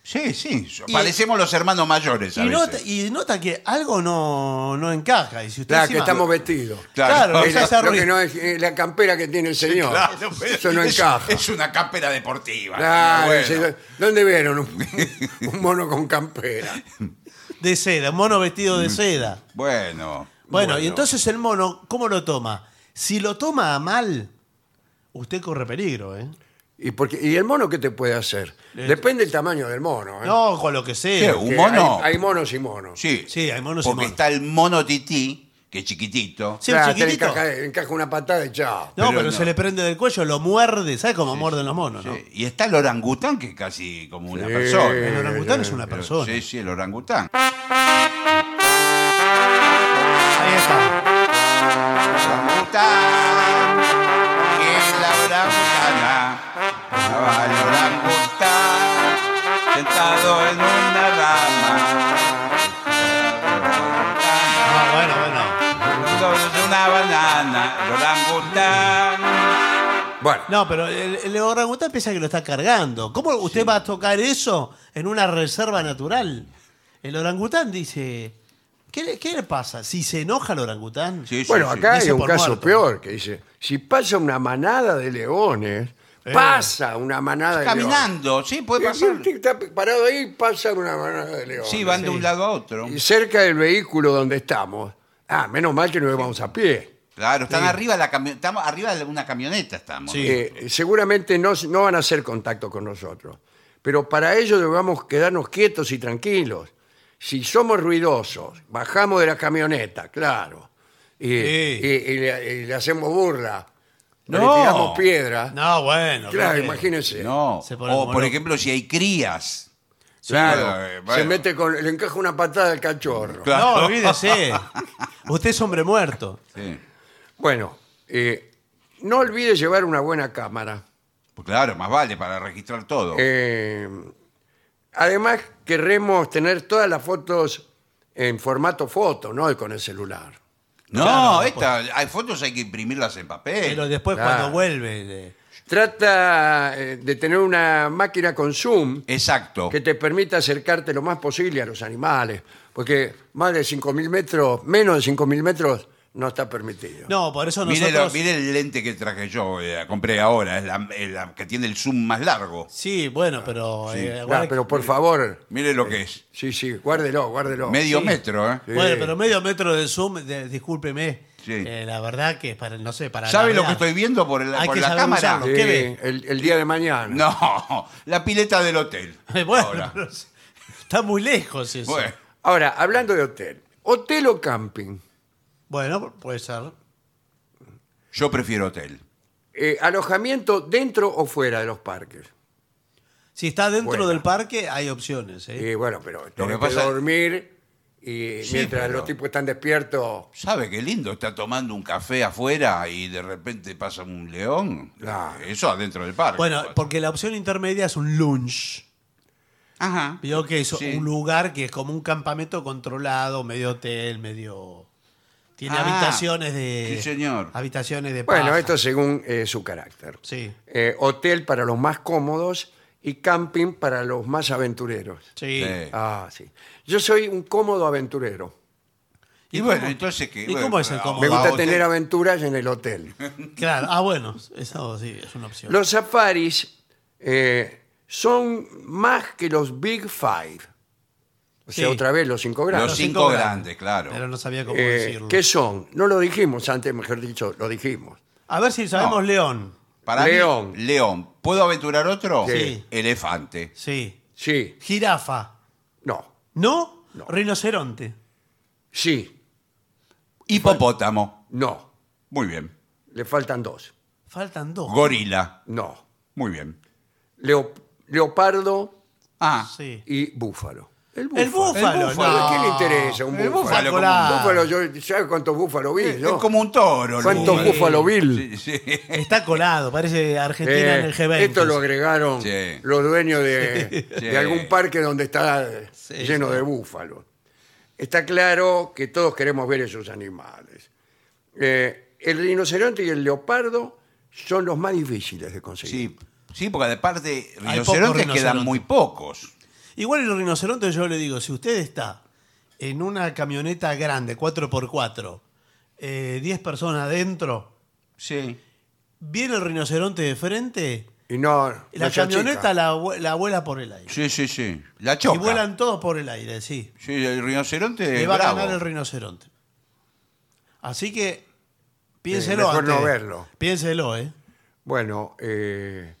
S3: Sí, sí.
S2: Y-
S3: Parecemos los hermanos mayores. A
S2: Y nota,
S3: veces.
S2: y nota que algo no, no encaja. Y si usted
S1: Claro, que
S2: encima-
S1: estamos vestidos.
S2: Claro,
S3: Claro,
S1: Es la-
S2: ya se
S1: lo
S2: arruina.
S1: que no es, eh, la campera que tiene el señor.
S3: Claro, pero
S1: Eso no
S3: es-
S1: encaja.
S3: Es una cápera deportiva.
S1: Claro,
S3: Bueno,
S1: se- ¿Dónde vieron un, un mono con campera?
S2: De seda, un mono vestido
S1: Mm.
S2: de seda.
S3: bueno.
S2: Bueno, y entonces el mono, ¿cómo lo toma? Si lo toma a mal, usted corre peligro, ¿eh?
S1: ¿Y, porque, ¿Y el mono qué te puede hacer? Depende del tamaño del mono.
S3: Ah.
S1: ¿eh?
S2: No, con lo que sea.
S3: Sí,
S1: Que
S3: un mono.
S1: Hay, hay monos y monos.
S3: Sí,
S2: Sí, hay monos y
S3: Porque
S2: monos.
S3: está el mono tití, que es chiquitito.
S2: Sí, un
S1: Claro, te le
S2: chiquitito.
S1: encaja, encaja una patada y chao.
S2: No, pero,
S3: pero no.
S2: se le prende del cuello, lo muerde. ¿Sabe cómo muerden los monos, no?
S3: Sí, Y está el orangután, que es casi como una
S1: Sí.
S2: El
S3: persona.
S2: orangután es una persona.
S3: Sí, sí, el orangután.
S2: Ahí está.
S3: orangután, que es la orangutana, estaba el orangután sentado en una rama,
S2: Ah, bueno, bueno.
S3: fruto de una banana, el orangután.
S1: Bueno,
S2: No, pero el, el orangután piensa que lo está cargando. ¿Cómo usted va a tocar eso en una reserva natural? El orangután dice... ¿Qué le, qué le pasa? Si se enoja el orangután...
S3: Sí, sí,
S1: bueno
S3: sí.
S1: acá hay
S2: Dice
S1: un
S2: por
S1: caso
S2: muerto.
S1: peor que dice, si pasa una manada de leones,
S3: Eh.
S1: pasa una manada de leones.
S3: Caminando, sí, puede
S1: Y
S3: pasar.
S1: usted está parado ahí, pasa una manada de leones.
S3: Sí, van de un lado a otro.
S1: Y cerca del vehículo donde estamos. Ah, menos mal que no íbamos a pie.
S3: Claro, están arriba de la camio- estamos arriba de una camioneta estamos.
S2: Sí.
S1: Eh, seguramente no, no van a hacer contacto con nosotros. Pero para ello debemos quedarnos quietos y tranquilos. Si somos ruidosos, bajamos de la camioneta, claro. Y,
S2: Sí.
S1: y- y le, y le hacemos burla. No.
S3: No.
S1: Le tiramos piedra.
S2: No, bueno.
S1: claro,
S2: creo que-
S1: imagínense.
S3: No.
S2: Se ponen
S3: O
S2: como
S3: por
S2: locos.
S3: ejemplo, si hay crías.
S1: Claro,
S3: eh, bueno.
S1: se mete con, le encaja una patada al cachorro.
S2: No, olvídese. Usted es hombre muerto.
S3: Sí.
S1: Bueno, eh, no olvides llevar una buena cámara.
S3: Pues claro, más vale para registrar todo.
S1: Eh, además, querremos tener todas las fotos en formato foto, no con el celular.
S3: No,
S2: Claro, pues.
S3: esta, hay fotos hay que imprimirlas en papel.
S2: Pero después
S1: Claro.
S2: cuando vuelve... le-
S1: Trata eh, de tener una máquina con zoom
S3: Exacto.
S1: que te permita acercarte lo más posible a los animales, porque más de 5.000 metros, menos de 5.000 metros, no está permitido.
S2: No, por eso
S3: Mire,
S2: nosotros...
S3: lo- mire el lente que traje yo, eh, la compré ahora, es la, es la que tiene el zoom más largo.
S2: Sí, bueno, pero... eh,
S1: Ah,
S2: guarda-
S1: pero por favor,
S3: Mire lo que es.
S1: sí, sí, guárdelo, guárdelo.
S3: Medio metro, ¿eh?
S2: Bueno, pero medio metro de zoom, de- discúlpeme.
S3: Sí.
S2: eh, la verdad que es para, no sé, para.
S3: ¿Sabe
S2: la
S3: lo que
S2: verdad.
S3: estoy viendo por, el-
S2: Hay
S3: por
S2: que
S3: la
S2: saber
S3: cámara?
S2: usarlo. ¿Qué ve?
S1: el, el día de mañana.
S3: No, la pileta del hotel.
S2: Bueno,
S3: Ahora.
S2: pero está muy lejos eso.
S3: Bueno,
S2: Bueno,
S1: Ahora, hablando de hotel, hotel o camping.
S2: puede ser.
S3: yo prefiero hotel.
S1: Eh, alojamiento dentro o fuera de los parques.
S2: Si está dentro
S1: Bueno.
S2: del parque, hay opciones. ¿eh?
S1: Y bueno, pero tenés que,
S3: pasa-
S1: dormir y
S3: Sí,
S1: mientras
S3: pero-
S1: los tipos están despiertos.
S3: ¿Sabe qué lindo? Está tomando un café afuera y de repente pasa un león.
S1: Claro.
S3: Eso adentro del parque.
S2: Bueno, porque la opción intermedia es un lunch.
S3: Ajá.
S2: Vio que es
S3: Sí.
S2: un lugar que es como un campamento controlado, medio hotel, medio. Tiene
S3: Ah,
S2: habitaciones de.
S3: sí, señor.
S2: Habitaciones de.
S1: Bueno,
S2: paja.
S1: esto según eh, su carácter.
S2: Sí,
S1: Eh, hotel para los más cómodos y camping para los más aventureros.
S2: sí.
S3: Sí.
S1: Ah, sí. Yo soy un cómodo aventurero.
S3: Y,
S2: ¿Y
S3: bueno,
S2: cómo-
S3: entonces que.
S2: y cómo es el cómodo?
S1: Me gusta
S2: Ah,
S1: tener aventuras en el hotel.
S2: Claro. Ah, bueno, eso sí es una opción.
S1: Los safaris eh, son más que los Big Five. O sea,
S2: Sí.
S1: otra vez los cinco grandes.
S3: Los cinco grandes, claro.
S2: Pero no sabía cómo
S1: Eh,
S2: decirlo.
S1: ¿Qué son? No lo dijimos antes, mejor dicho, lo dijimos.
S2: A ver si sabemos
S3: No.
S2: León.
S3: Para mí,
S1: León.
S3: león. ¿Puedo aventurar otro?
S2: Sí.
S3: Elefante.
S2: Sí.
S1: Sí,
S2: Jirafa.
S1: no,
S2: ¿No?
S1: No.
S2: Rinoceronte.
S1: sí,
S3: Hipopótamo.
S1: no.
S3: Muy bien.
S1: Le faltan dos.
S2: Faltan dos.
S3: Gorila.
S1: No.
S3: Muy bien.
S1: Leo- leopardo
S3: Ah.
S2: Sí.
S1: y búfalo. El
S2: El búfalo.
S3: El búfalo,
S2: no.
S1: ¿A quién le interesa un
S2: El
S1: búfalo?
S2: búfalo,
S3: Como un
S2: colado.
S1: Búfalo, yo, ¿sabes cuántos búfalo vi?
S3: Es
S1: yo?
S3: como un toro. el
S1: ¿Cuántos
S3: búfalo.
S1: búfalo vil?
S3: Sí, sí.
S2: Está colado, parece Argentina
S1: Eh,
S2: en el G20.
S1: esto lo agregaron
S3: Sí.
S1: los dueños de,
S3: Sí.
S1: de algún parque donde está eh, lleno de búfalos. Está claro que todos queremos ver esos animales. Eh, el rinoceronte y el leopardo son los más difíciles de conseguir.
S3: Sí. Sí, porque de parte
S2: Hay
S3: rinocerontes
S2: pocos
S3: quedan
S2: rinocerontes.
S3: muy pocos.
S2: Igual el rinoceronte, yo le digo, si usted está en una camioneta grande, 4x4, eh, 10 personas adentro,
S3: Sí.
S2: viene el rinoceronte de frente,
S1: Y no.
S2: la
S1: no se
S2: camioneta
S1: achica.
S2: la, vue- la vuela por el aire.
S3: Sí, sí, sí. La
S2: Y
S3: choca.
S2: vuelan todos por el aire, sí.
S3: Sí, el rinoceronte
S1: Eh,
S2: Le
S3: es
S2: va a
S3: bravo.
S2: ganar el rinoceronte. Así que piénselo
S1: Eh, mejor
S2: antes.
S1: no verlo.
S2: Piénselo, ¿eh?
S1: Bueno, eh,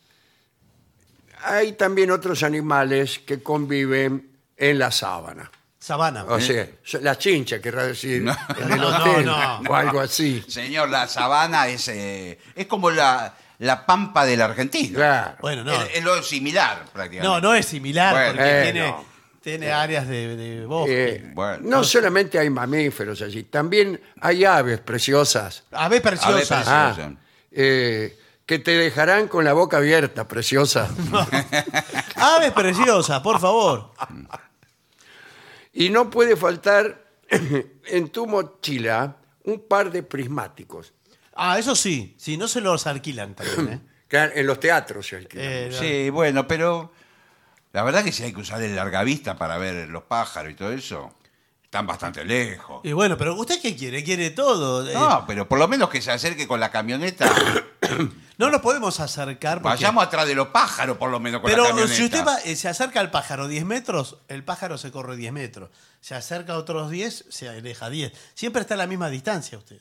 S1: hay también otros animales que conviven en la sábana.
S2: Sabana.
S1: O sea, so- la chincha, querrá decir,
S3: ¿Eh? No.
S1: en el
S2: No, no,
S1: hotel
S2: no.
S1: o algo así.
S3: Señor, la sabana es, eh, es como la, la pampa de la Argentina.
S1: Claro.
S2: bueno, no.
S3: Es, es lo similar, prácticamente.
S2: no, no es similar
S3: Bueno,
S2: porque
S1: eh,
S2: tiene,
S1: no.
S2: tiene áreas de, de bosque.
S1: Eh,
S3: Bueno.
S1: no solamente hay mamíferos allí, también hay aves preciosas.
S2: Ave preciosa.
S3: Ave
S1: Ah,
S3: Preciosas.
S1: eh, que te dejarán con la boca abierta, preciosa.
S2: Aves preciosas, por favor.
S1: Y no puede faltar en tu mochila un par de prismáticos.
S2: Ah, eso sí. Si no se los alquilan también, ¿eh?
S1: que En los teatros se alquilan.
S2: Eh,
S3: Sí, bueno, pero la verdad que si hay que usar el largavista para ver los pájaros y todo eso, están bastante lejos.
S2: Y bueno, pero ¿usted qué quiere? Quiere todo. Eh,
S3: No, pero por lo menos que se acerque con la camioneta.
S2: Eh, no nos podemos acercar. Porque,
S3: Vayamos atrás de los pájaros, por lo menos con la
S2: pero
S3: camioneta.
S2: si usted va- eh, se acerca al pájaro 10 metros, el pájaro se corre 10 metros. Se acerca a otros 10, se aleja 10. Siempre está a la misma distancia usted.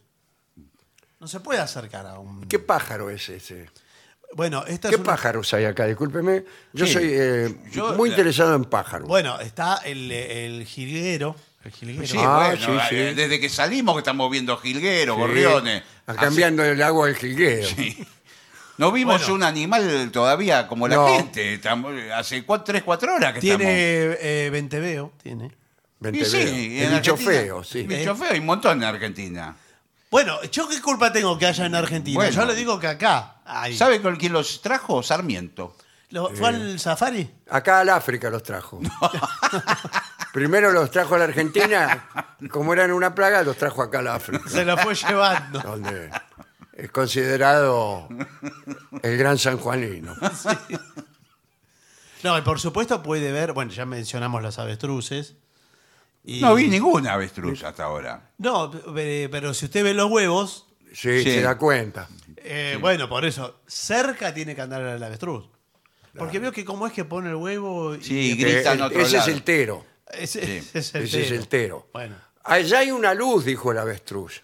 S2: No se puede acercar a un...
S1: ¿Qué pájaro es ese?
S2: Bueno, esta
S1: ¿Qué
S2: es una-
S1: pájaros hay acá? Discúlpeme. Yo
S3: Sí.
S1: soy eh,
S3: Yo-
S1: muy interesado en pájaros.
S2: Bueno, está el, el jilguero. El jilguero.
S3: Sí,
S1: Ah,
S3: bueno,
S1: sí,
S3: eh,
S1: sí.
S3: desde que salimos que estamos viendo jilgueros,
S1: Sí.
S3: gorriones.
S1: Ah, Cambiando el agua del jilguero.
S3: No vimos
S2: Bueno.
S3: un animal todavía como la
S1: No.
S3: gente. Estamos- hace 3, 4 horas que
S2: Tiene eh, venteveo. Tiene.
S1: Vente,
S3: estamos. Y
S1: veo.
S3: sí,
S1: el
S3: en
S1: bicho
S3: Argentina-
S1: feo, sí. Eh.
S3: Bicho feo, hay un montón en Argentina.
S2: Bueno, ¿yo qué culpa tengo que haya en Argentina?
S3: Bueno.
S2: Yo le digo que acá. hay.
S3: ¿Sabe con quién los trajo? Sarmiento.
S2: ¿Lo- ¿Fue al safari?
S1: Acá al África los trajo. Primero los trajo a la Argentina, como eran una plaga, los trajo acá al África,
S2: Se lo fue llevando.
S1: donde es considerado el gran sanjuanino.
S2: No, y por supuesto puede ver, bueno, ya mencionamos las avestruces. Y-
S3: No vi ninguna avestruz hasta ahora.
S2: No, pe- pero si usted ve los huevos,
S1: Sí,
S3: Sí.
S1: se da cuenta.
S2: eh, bueno, por eso, cerca tiene que andar el avestruz. Porque veo que cómo es que pone el huevo y...
S3: Sí,
S2: y-
S3: grita en
S1: Eh,
S3: otro
S1: ese
S3: lado.
S1: es el tero.
S2: Ese,
S3: Sí.
S2: ese es el
S1: Ese es
S2: tero.
S1: el tero.
S2: Bueno.
S1: Allá hay una luz, dijo el avestruz.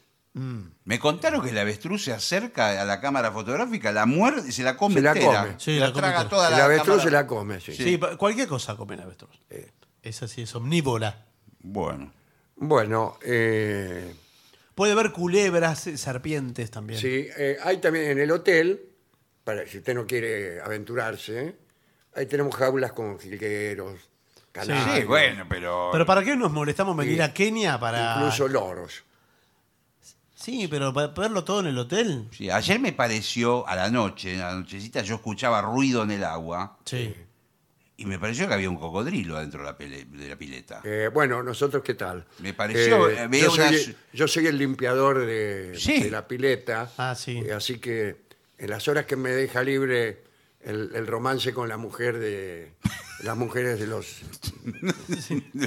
S3: Me contaron que el avestruz se acerca a la cámara fotográfica, la muerde y se la come
S1: Se la
S3: entera.
S1: come.
S2: Sí,
S3: la,
S2: la come
S3: traga
S2: entera.
S3: toda
S1: el
S3: la
S1: avestruz
S3: cámara.
S1: se la come, sí.
S2: Sí, pa- cualquier cosa come el avestruz. Esa sí es omnívora.
S3: Bueno.
S1: Bueno, eh,
S2: Puede ver culebras, eh, serpientes también.
S1: Sí, eh, hay también en el hotel, para si usted no quiere aventurarse, ¿eh? ahí tenemos jaulas con jilgueros, canarios,
S3: Sí, bueno, pero...
S2: Pero ¿para qué nos molestamos venir
S1: Sí.
S2: a Kenia para...?
S1: incluso loros.
S2: Sí, pero para verlo todo en el hotel.
S3: Sí, ayer me pareció, a la noche, en la nochecita, yo escuchaba ruido en el agua
S2: Sí.
S3: y me pareció que había un cocodrilo adentro de la, pele- de la pileta.
S1: Eh, bueno, nosotros qué tal.
S3: Me pareció, eh, veo
S1: yo, soy,
S3: unas-
S1: el- yo soy el limpiador de,
S3: Sí.
S1: de la pileta,
S2: Ah, sí.
S1: eh, así que en las horas que me deja libre el, el romance con la mujer de las mujeres de los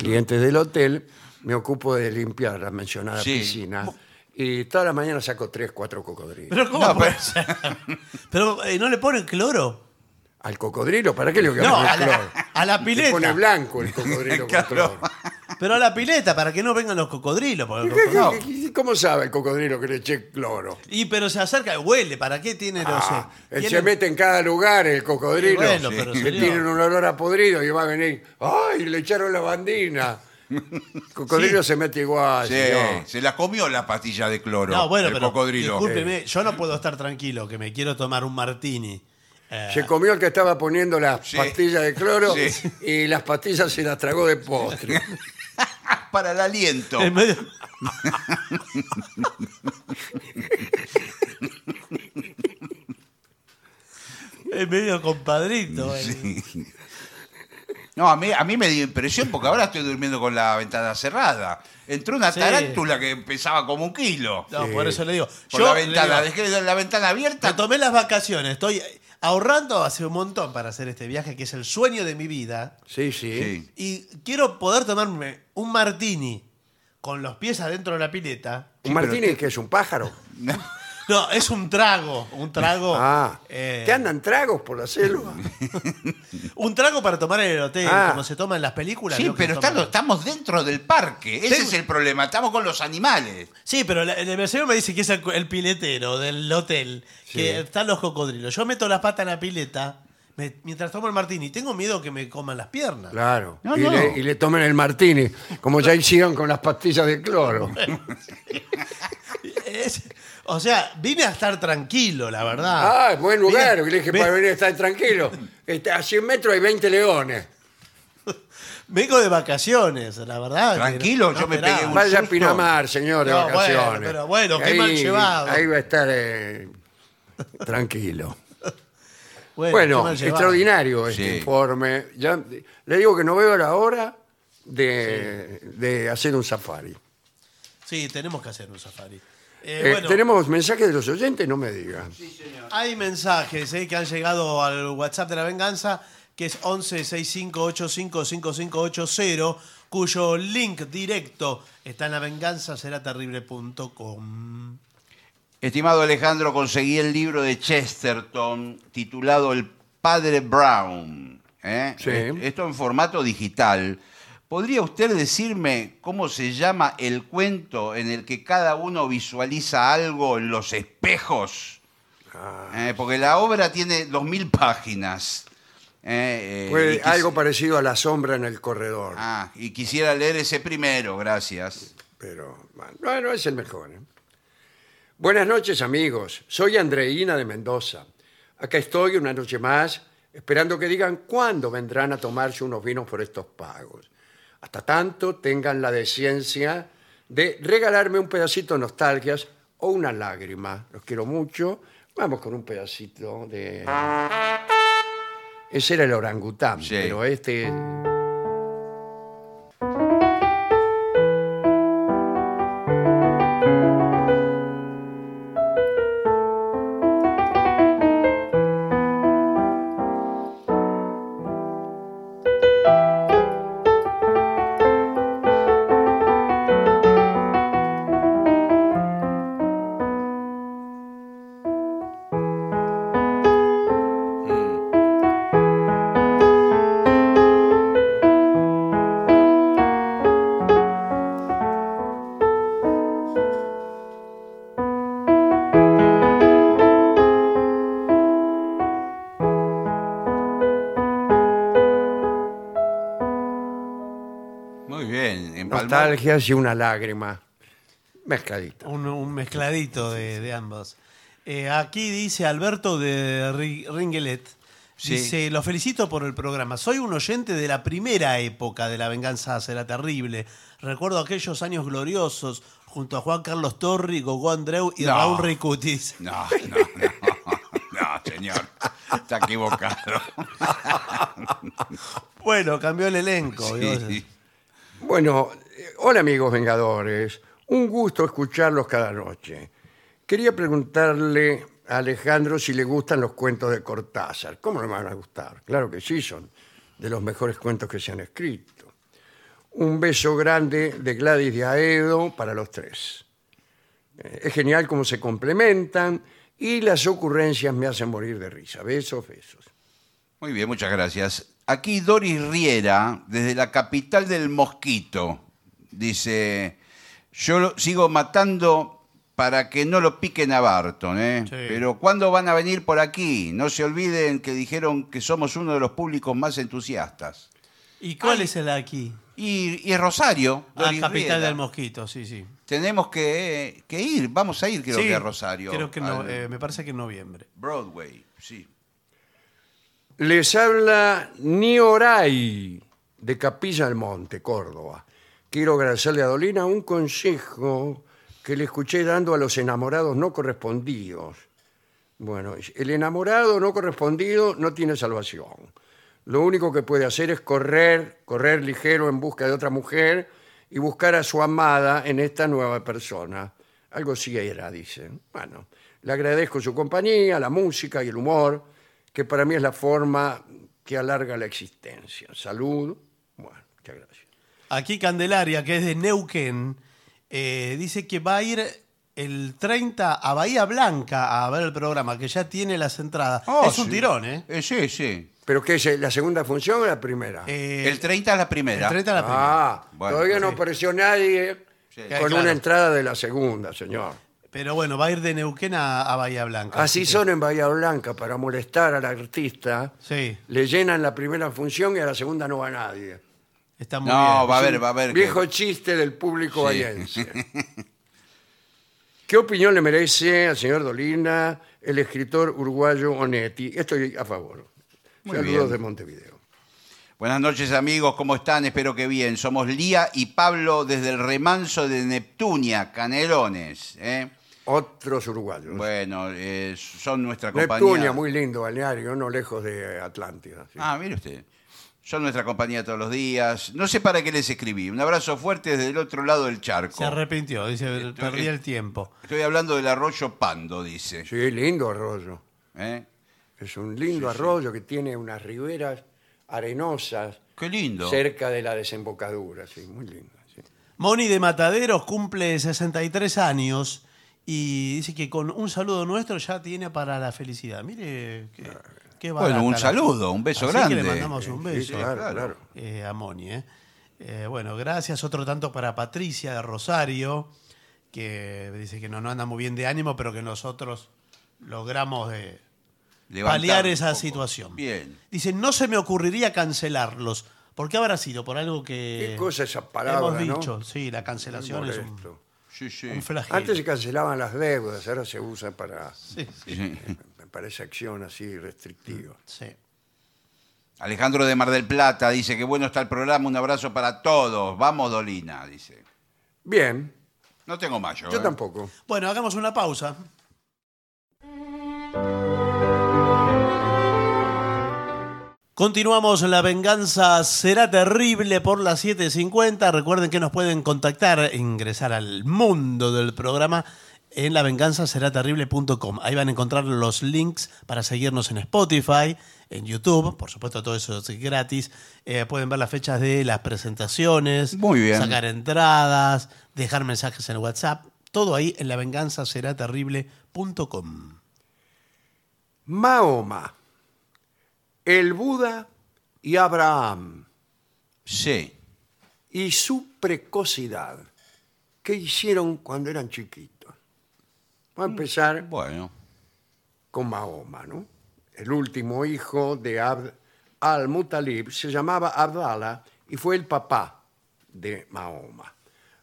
S1: clientes del hotel, me ocupo de limpiar la mencionada
S3: Sí.
S1: piscina. Y toda la mañana saco tres, cuatro cocodrilos.
S2: Pero ¿cómo
S3: No,
S2: puede
S3: pero-
S2: ser? Pero eh, no le ponen cloro.
S1: ¿Al cocodrilo? ¿Para qué le voy a
S2: No,
S1: poner
S2: a la,
S1: cloro?
S2: a la
S1: Se pone
S2: pileta.
S1: blanco el cocodrilo con
S3: Claro.
S1: cloro.
S2: Pero a la pileta, para que no vengan los cocodrilos. porque los
S1: ¿Qué-
S2: cocodrilos-
S1: qué- qué- ¿Cómo sabe el cocodrilo que le eché cloro?
S2: Y pero se acerca, huele, ¿para qué tiene los...
S1: Ah,
S2: eh,
S1: él se
S2: tiene-
S1: mete en cada lugar el cocodrilo.
S2: Y bueno, pero,
S1: que
S2: señor.
S1: tiene un olor a podrido y va a venir. ¡Ay! Le echaron la bandina. El cocodrilo se mete igual.
S3: Sí,
S1: señor.
S3: se la comió la pastilla de cloro
S2: No, bueno,
S3: el
S2: pero
S3: cocodrilo.
S2: discúlpeme, yo no puedo estar tranquilo, que me quiero tomar un martini. Eh,
S1: Se comió el que estaba poniendo las
S3: Sí.
S1: pastillas de cloro
S3: Sí.
S1: y las pastillas se las tragó de postre.
S3: Para el aliento.
S2: en medio- Es medio compadrito. eh.
S3: No, a mí, a mí me dio impresión porque ahora estoy durmiendo con la ventana cerrada. Entró una
S2: Sí.
S3: tarántula que pesaba como un kilo.
S2: No,
S1: Sí.
S2: por eso le digo.
S3: Por la
S2: le
S3: ventana,
S2: digo,
S3: dejé la ventana
S2: me
S3: abierta.
S2: tomé las vacaciones, estoy ahorrando hace un montón para hacer este viaje, que es el sueño de mi vida.
S1: Sí, sí.
S3: Sí.
S2: Y quiero poder tomarme un martini con los pies adentro de la pileta.
S1: Un Martínez, que es un pájaro.
S2: No, es un trago, un
S3: Oh.
S2: trago.
S1: Ah,
S2: eh,
S1: ¿te andan tragos por la selva?
S2: Un trago para tomar en el hotel,
S1: Ah.
S2: como se toma en las películas.
S3: Sí,
S2: ¿no? Que
S3: pero está-
S2: toman-
S3: estamos dentro del parque. Ese
S2: Tengo-
S3: es el problema. Estamos con los animales.
S2: Sí, pero la- el mesero me dice que es el, cu- el piletero del hotel, que están los cocodrilos. Yo meto las patas en la pileta me- mientras tomo el martini. Tengo miedo que me coman las piernas.
S1: Claro.
S3: No,
S1: y,
S3: no.
S1: Le, y le tomen el Martínez, como ya hicieron con las pastillas de cloro.
S2: Es- o sea, vine a estar tranquilo, la verdad.
S1: Ah, buen lugar.
S2: Mira,
S1: le dije,
S2: ve-
S1: para venir a estar tranquilo. Este, a 100 metros hay 20 leones.
S2: Vengo de vacaciones, la verdad. que
S3: Tranquilo, yo me
S2: esperaba.
S3: pegué un-
S1: Vaya a
S3: susto.
S1: Pinamar, señor, de
S2: No, bueno,
S1: vacaciones.
S2: pero bueno, qué mal llevado.
S1: Ahí va a estar eh, tranquilo.
S2: qué
S1: Bueno,
S2: mal llevado.
S1: extraordinario este
S3: Sí.
S1: informe. Ya, le digo que no veo la hora de, de hacer un safari.
S2: Eh, Sí, tenemos que hacer un safari. Eh,
S1: Eh,
S2: bueno,
S1: Tenemos mensajes de los oyentes, no me digan.
S2: Hay mensajes eh, que han llegado al WhatsApp de la venganza, que es 1165855580, cuyo link directo está en lavenganzaseraterrible.com.
S3: Estimado Alejandro, conseguí el libro de Chesterton titulado El Padre Brown. ¿eh?
S1: Sí.
S3: Est- Esto en formato digital. ¿Podría usted decirme cómo se llama el cuento en el que cada uno visualiza algo en los espejos?
S1: Ah.
S3: Eh, porque la obra tiene 2.000 páginas. Eh, eh,
S1: Fue
S3: y quis-
S1: algo parecido a la sombra en el corredor,
S3: Ah, y quisiera leer ese primero, gracias.
S1: pero bueno, no, no es el mejor. ¿eh? Buenas noches, amigos. Soy Andreina de Mendoza. Acá estoy una noche más, esperando que digan cuándo vendrán a tomarse unos vinos por estos pagos. Hasta tanto, tengan la decencia de regalarme un pedacito de nostalgias o una lágrima. Los quiero mucho. Vamos con un pedacito de... Ese era el orangután,
S3: Sí.
S1: pero este...
S3: Muy bien. en Palmar-
S1: Nostalgias y una lágrima. Mezcladita.
S2: Un, un mezcladito de, de ambos. Eh, aquí dice Alberto de Ri- Ringelet.
S3: Sí.
S2: Dice, lo felicito por el programa. Soy un oyente de la primera época de La Venganza Será Terrible. Recuerdo aquellos años gloriosos junto a Juan Carlos Torri, Gogo Andreu y
S3: No.
S2: Raúl Ricutis.
S3: No, no, no, no, señor. Está equivocado.
S2: Bueno, cambió el elenco.
S3: Sí.
S1: Bueno, eh, hola amigos vengadores. Un gusto escucharlos cada noche. Quería preguntarle a Alejandro si le gustan los cuentos de Cortázar. ¿Cómo no me van a gustar? Claro que sí, son de los mejores cuentos que se han escrito. Un beso grande de Gladys de Aedo para los tres. Eh, Es genial cómo se complementan y las ocurrencias me hacen morir de risa. Besos, besos.
S3: Muy bien, muchas gracias. Aquí Doris Riera, desde la capital del Mosquito, dice: Yo lo- sigo matando para que no lo piquen a Barton, ¿eh?
S2: Sí.
S3: Pero ¿cuándo van a venir por aquí? No se olviden que dijeron que somos uno de los públicos más entusiastas.
S2: ¿Y cuál es el aquí?
S3: Y, y es Rosario.
S2: Ah,
S3: Doris
S2: Capital
S3: Riera.
S2: del Mosquito, sí, sí.
S3: Tenemos que, que ir, vamos a ir, creo
S2: Sí,
S3: que a Rosario.
S2: Creo que no,
S3: al
S2: eh, me parece que en noviembre.
S3: Broadway, sí.
S1: Les habla Nioray de Capilla del Monte, Córdoba. Quiero agradecerle a Dolina un consejo que le escuché dando a los enamorados no correspondidos. Bueno, el enamorado no correspondido no tiene salvación. Lo único que puede hacer es correr, correr ligero en busca de otra mujer y buscar a su amada en esta nueva persona. Algo así era, dice. Bueno, le agradezco su compañía, la música y el humor, que para mí es la forma que alarga la existencia. Salud. Bueno, muchas gracias.
S2: Aquí Candelaria, que es de Neuquén, eh, dice que va a ir el 30 a Bahía Blanca a ver el programa, que ya tiene las entradas.
S3: Oh,
S2: es un
S3: sí.
S2: tirón, ¿eh?
S3: Eh, sí, sí.
S1: ¿Pero qué es? eh, ¿La segunda función o la primera?
S2: Eh,
S3: El 30 es la primera.
S2: el 30 a la primera.
S1: ah,
S3: Bueno,
S1: todavía no
S3: sí.
S1: apareció nadie
S3: Sí.
S1: con
S2: Claro.
S1: una entrada de la segunda, señor.
S2: Pero bueno, va a ir de Neuquén a, a Bahía
S3: Ah,
S2: Blanca.
S1: Así
S2: que-
S1: son en Bahía Blanca, para molestar al artista,
S2: Sí,
S1: le llenan la primera función y a la segunda no va nadie.
S2: está muy bien.
S3: No, va a ver, va a ver. que-
S1: Viejo chiste del público
S3: Sí.
S1: bahiense. ¿Qué opinión le merece al señor Dolina el escritor uruguayo Onetti? Estoy a favor.
S3: Muy
S1: Saludos
S3: bien.
S1: de Montevideo.
S3: Buenas noches amigos, ¿cómo están? Espero que bien. Somos Lía y Pablo desde el remanso de Neptunia, Canelones. ¿eh?
S1: Otros uruguayos.
S3: Bueno, eh, son nuestra compañía.
S1: Neptunia, muy lindo balneario, no lejos de Atlántida. sí.
S3: Ah, mire usted. Son nuestra compañía todos los días. No sé para qué les escribí. Un abrazo fuerte desde el otro lado del charco.
S2: Se arrepintió,
S3: Eh,
S2: dice, perdí el tiempo.
S3: Estoy hablando del arroyo Pando, dice.
S1: Sí, lindo arroyo.
S3: ¿Eh?
S1: Es un lindo arroyo que tiene unas riberas arenosas
S3: Qué lindo.
S1: cerca de la desembocadura. Sí, muy lindo. sí.
S2: Moni de Mataderos cumple 63 años y dice que con un saludo nuestro ya tiene para la felicidad. Mire, qué, qué barata
S3: Bueno, un
S2: la-
S3: saludo, un beso
S2: Así
S3: grande.
S2: Que le mandamos un beso
S1: Sí, claro,
S3: claro.
S1: claro.
S2: eh, a Moni. eh. Eh, bueno, gracias. Otro tanto para Patricia de Rosario, que dice que no, no anda muy bien de ánimo, pero que nosotros logramos eh,
S3: Levantar
S2: paliar
S3: un
S2: esa
S3: poco.
S2: situación.
S3: Bien.
S2: Dice, no se me ocurriría cancelarlos. ¿Por qué habrá sido? Por algo que...
S1: Qué cosa esa palabra,
S2: Hemos
S1: ¿no?
S2: dicho, sí, la cancelación es un,
S1: Molesto.
S3: Sí, sí.
S2: un flagelo.
S1: Antes se cancelaban las deudas, ahora se usa para,
S2: Sí, sí,
S3: Sí.
S1: para esa acción así restrictiva.
S2: sí.
S3: Alejandro de Mar del Plata dice que bueno está el programa, un abrazo para todos. Vamos, Dolina, dice.
S2: Mm.
S1: Bien,
S3: No tengo más yo.
S1: yo
S3: ¿eh?
S1: tampoco.
S2: Bueno, hagamos una pausa. Continuamos, la venganza será terrible por las 7.50. Recuerden que nos pueden contactar, e ingresar al mundo del programa en lavenganzaseraterrible.com. Ahí van a encontrar los links para seguirnos en Spotify, en YouTube, por supuesto todo eso es gratis. Eh, pueden ver las fechas de las presentaciones,
S3: Muy bien.
S2: sacar entradas, dejar mensajes en WhatsApp, todo ahí en lavenganzaseraterrible.com.
S1: Mahoma, el Buda y Abraham
S3: Sí.
S1: y su precocidad. ¿Qué hicieron cuando eran chiquitos?
S2: Mm.
S1: Vamos a empezar
S3: Bueno.
S1: con Mahoma, ¿no? El último hijo de Abd al-Mutalib se llamaba Abdala y fue el papá de Mahoma.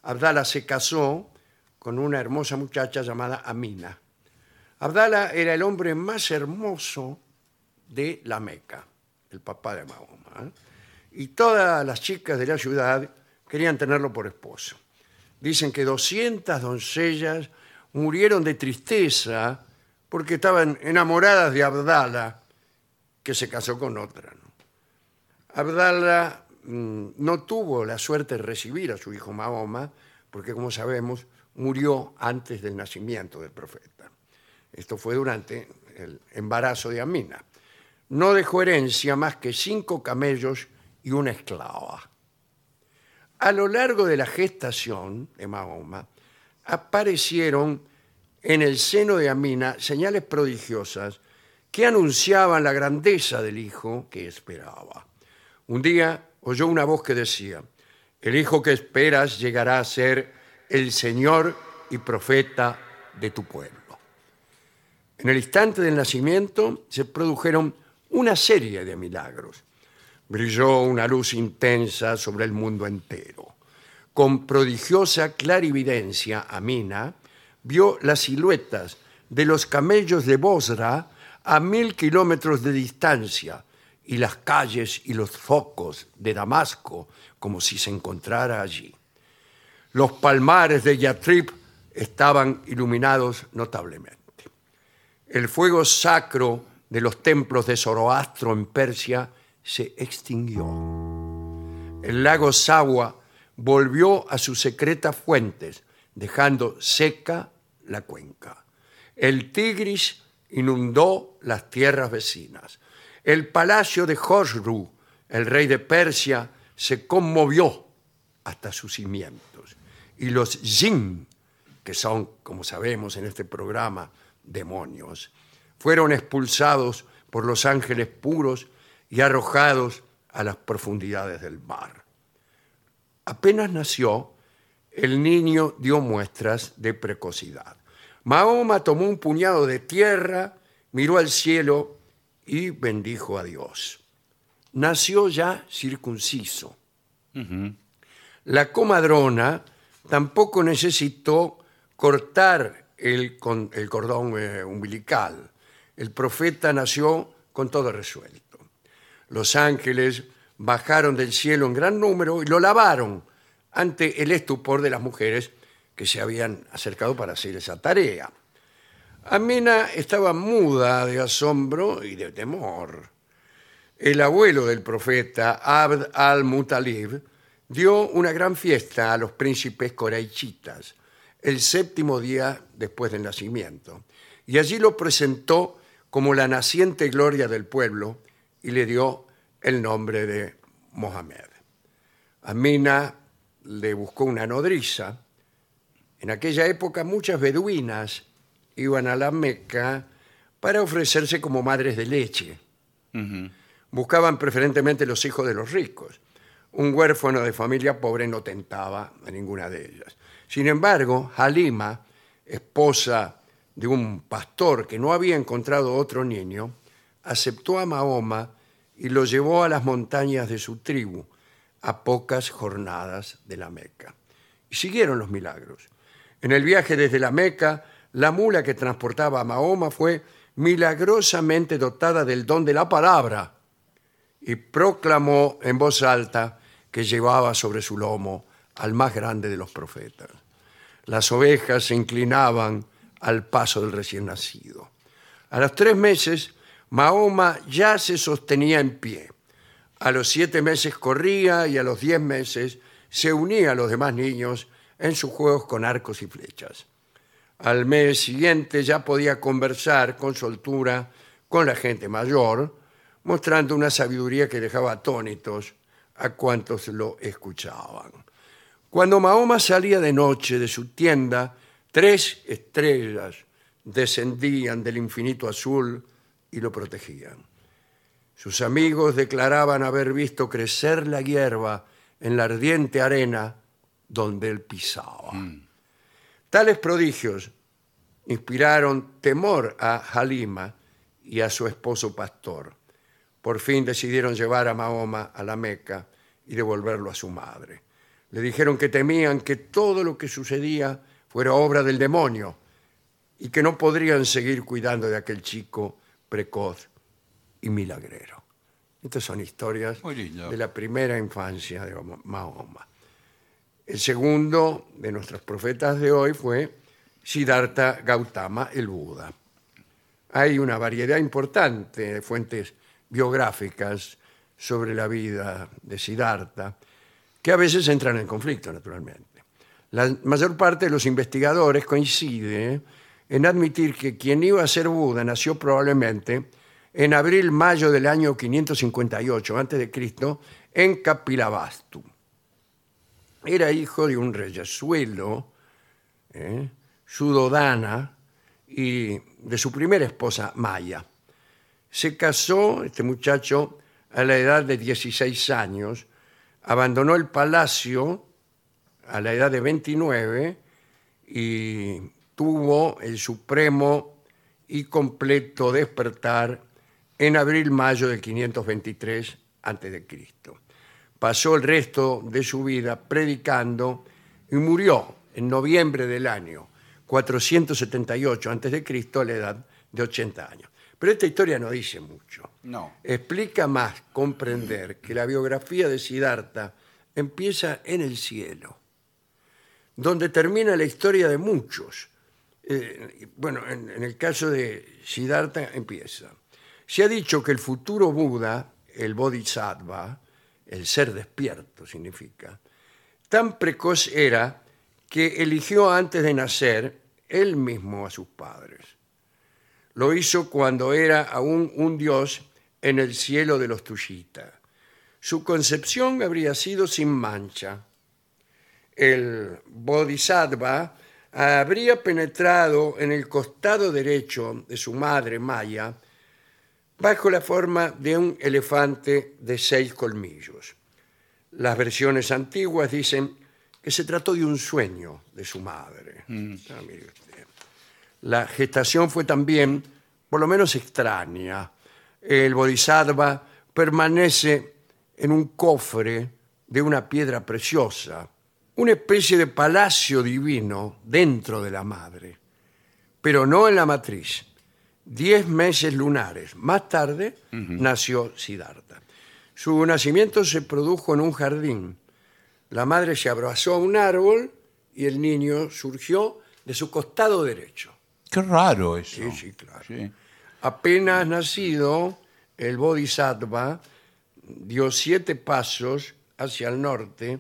S1: Abdala se casó con una hermosa muchacha llamada Amina. Abdala era el hombre más hermoso de la Meca, el papá de Mahoma. ¿eh? Y todas las chicas de la ciudad querían tenerlo por esposo. Dicen que 200 doncellas murieron de tristeza porque estaban enamoradas de Abdala, que se casó con otra. ¿no? Abdala mm, no tuvo la suerte de recibir a su hijo Mahoma, porque como sabemos, murió antes del nacimiento del profeta. Esto fue durante el embarazo de Amina. No dejó herencia más que cinco camellos y una esclava. A lo largo de la gestación de Mahoma, aparecieron en el seno de Amina señales prodigiosas que anunciaban la grandeza del hijo que esperaba. Un día oyó una voz que decía, el hijo que esperas llegará a ser el Señor y profeta de tu pueblo. En el instante del nacimiento se produjeron una serie de milagros. Brilló una luz intensa sobre el mundo entero. Con prodigiosa clarividencia, Amina vio las siluetas de los camellos de Bosra a mil kilómetros de distancia y las calles y los focos de Damasco como si se encontrara allí. Los palmares de Yatrib estaban iluminados notablemente el fuego sacro de los templos de Zoroastro en Persia se extinguió. El lago Sawa volvió a sus secretas fuentes, dejando seca la cuenca. El Tigris inundó las tierras vecinas. El palacio de Josru, el rey de Persia, se conmovió hasta sus cimientos. Y los Jin, que son, como sabemos en este programa, demonios, fueron expulsados por los ángeles puros y arrojados a las profundidades del mar. Apenas nació, el niño dio muestras de precocidad. Mahoma tomó un puñado de tierra, miró al cielo y bendijo a Dios. Nació ya circunciso. La comadrona tampoco necesitó cortar el, con- el cordón eh, umbilical. El profeta nació con todo resuelto. Los ángeles bajaron del cielo en gran número y lo lavaron ante el estupor de las mujeres que se habían acercado para hacer esa tarea. Amina estaba muda de asombro y de temor el abuelo del profeta Abd al-Mutalib dio una gran fiesta a los príncipes coraichitas el séptimo día después del nacimiento y allí lo presentó como la naciente gloria del pueblo y le dio el nombre de Mohamed. Amina le buscó una nodriza. En aquella época muchas beduinas iban a la Meca para ofrecerse como madres de leche
S3: Ujú.
S1: buscaban preferentemente los hijos de los ricos. Un huérfano de familia pobre no tentaba a ninguna de ellas. Sin embargo, Halima, esposa de un pastor que no había encontrado otro niño, aceptó a Mahoma y lo llevó a las montañas de su tribu, a pocas jornadas de la Meca. Y siguieron los milagros. En el viaje desde la Meca, la mula que transportaba a Mahoma fue milagrosamente dotada del don de la palabra y proclamó en voz alta que llevaba sobre su lomo al más grande de los profetas. Las ovejas se inclinaban al paso del recién nacido. A los tres meses, Mahoma ya se sostenía en pie. A los siete meses corría y a los diez meses se unía a los demás niños en sus juegos con arcos y flechas. Al mes siguiente ya podía conversar con soltura con la gente mayor, mostrando una sabiduría que dejaba atónitos a cuantos lo escuchaban. Cuando Mahoma salía de noche de su tienda, tres estrellas descendían del infinito azul y lo protegían. Sus amigos declaraban haber visto crecer la hierba en la ardiente arena donde él pisaba. Tales prodigios inspiraron temor a Halima y a su esposo pastor. Por fin decidieron llevar a Mahoma a la Meca y devolverlo a su madre. Le dijeron que temían que todo lo que sucedía fuera obra del demonio y que no podrían seguir cuidando de aquel chico precoz y milagrero. Estas son historias
S3: Muy lindo.
S1: de la primera infancia de Mahoma. El segundo de nuestros profetas de hoy fue Siddhartha Gautama, el Buda. Hay una variedad importante de fuentes biográficas sobre la vida de Siddhartha, que a veces entran en conflicto, naturalmente. La mayor parte de los investigadores coincide en admitir que quien iba a ser Buda nació probablemente en abril-mayo del año 558 a.C. en Kapilavastu era hijo de un reyesuelo, ¿eh? sudodana, y de su primera esposa, Maya. Se casó, este muchacho, a la edad de 16 años, abandonó el palacio a la edad de 29 y tuvo el supremo y completo despertar en abril-mayo del 523 a.C. Pasó el resto de su vida predicando y murió en noviembre del año 478 a.C. a la edad de 80 años. Pero esta historia no dice mucho
S3: No.
S1: explica más comprender que la biografía de Siddhartha empieza en el cielo, donde termina la historia de muchos. Eh, bueno, en, en el caso de Siddhartha empieza. Se ha dicho que el futuro Buda, el Bodhisattva, el ser despierto significa, Tan precoz era que eligió antes de nacer él mismo a sus padres. Lo hizo cuando era aún un dios en el cielo de los Tushita. Su concepción habría sido sin mancha. El Bodhisattva habría penetrado en el costado derecho de su madre Maya bajo la forma de un elefante de seis colmillos. Las versiones antiguas dicen que se trató de un sueño de su madre. Ah, mire usted. La gestación fue también, por lo menos extraña. El bodhisattva permanece en un cofre de una piedra preciosa, una especie de palacio divino dentro de la madre, pero no en la matriz. Diez meses lunares más tarde nació Siddhartha. Su nacimiento se produjo en un jardín. La madre se abrazó a un árbol y el niño surgió de su costado derecho.
S3: Qué raro eso.
S1: Sí, sí, claro.
S3: Sí.
S1: Apenas nacido, el Bodhisattva dio siete pasos hacia el norte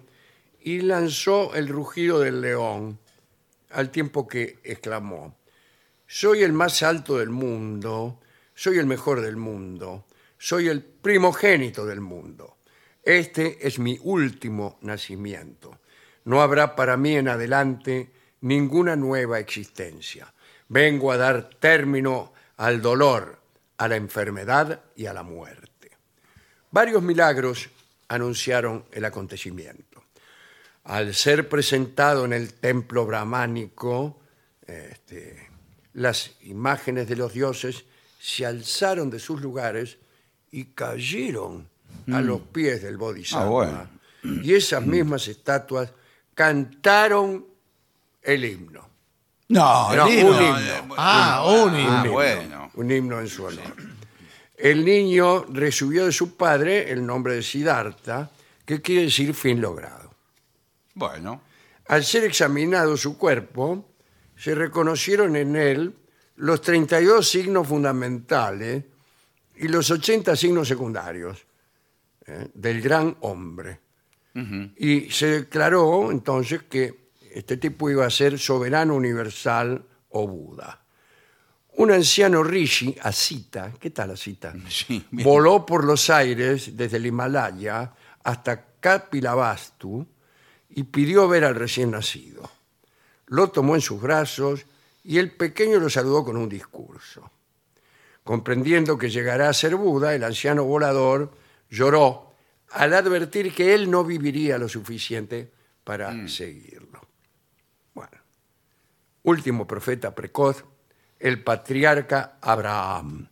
S1: y lanzó el rugido del león, al tiempo que exclamó, soy el más alto del mundo, soy el mejor del mundo, soy el primogénito del mundo. Este es mi último nacimiento. No habrá para mí en adelante ninguna nueva existencia. Vengo a dar término al dolor, a la enfermedad y a la muerte. Varios milagros anunciaron el acontecimiento. Al ser presentado en el templo brahmánico, este, las imágenes de los dioses se alzaron de sus lugares y cayeron a los pies del Bodhisattva.
S3: Mm. Ah, bueno.
S1: Y esas mismas estatuas cantaron el himno,
S3: No,
S1: No,
S3: el himno.
S1: un himno.
S3: Eh,
S2: Ah, un
S3: Ah,
S2: himno.
S3: bueno.
S1: un himno en su honor. El niño recibió de su padre el nombre de Siddhartha, que quiere decir fin logrado.
S3: Bueno.
S1: Al ser examinado su cuerpo, se reconocieron en él los 32 signos fundamentales y los 80 signos secundarios ¿eh? del gran hombre. Y se declaró entonces que este tipo iba a ser soberano universal o Buda. Un anciano rishi, Asita, ¿qué tal Asita?
S3: Sí, bien.
S1: Voló por los aires desde el Himalaya hasta Kapilavastu y pidió ver al recién nacido. Lo tomó en sus brazos y el pequeño lo saludó con un discurso. Comprendiendo que llegará a ser Buda, el anciano volador lloró al advertir que él no viviría lo suficiente para seguirlo. Bueno, último profeta precoz, el patriarca Abraham.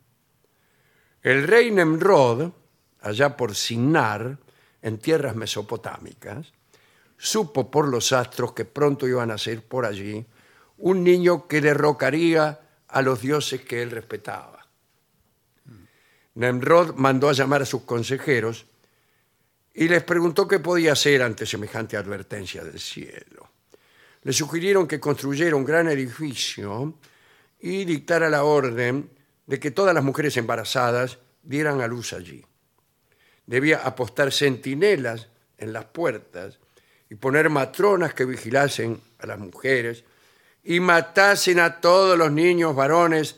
S1: El rey Nemrod, allá por Sinar, en tierras mesopotámicas, supo por los astros que pronto iban a ser por allí un niño que derrocaría a los dioses que él respetaba. Nemrod mandó a llamar a sus consejeros y les preguntó qué podía hacer ante semejante advertencia del cielo. Le sugirieron que construyera un gran edificio y dictara la orden de que todas las mujeres embarazadas dieran a luz allí. Debía apostar centinelas en las puertas y poner matronas que vigilasen a las mujeres y matasen a todos los niños varones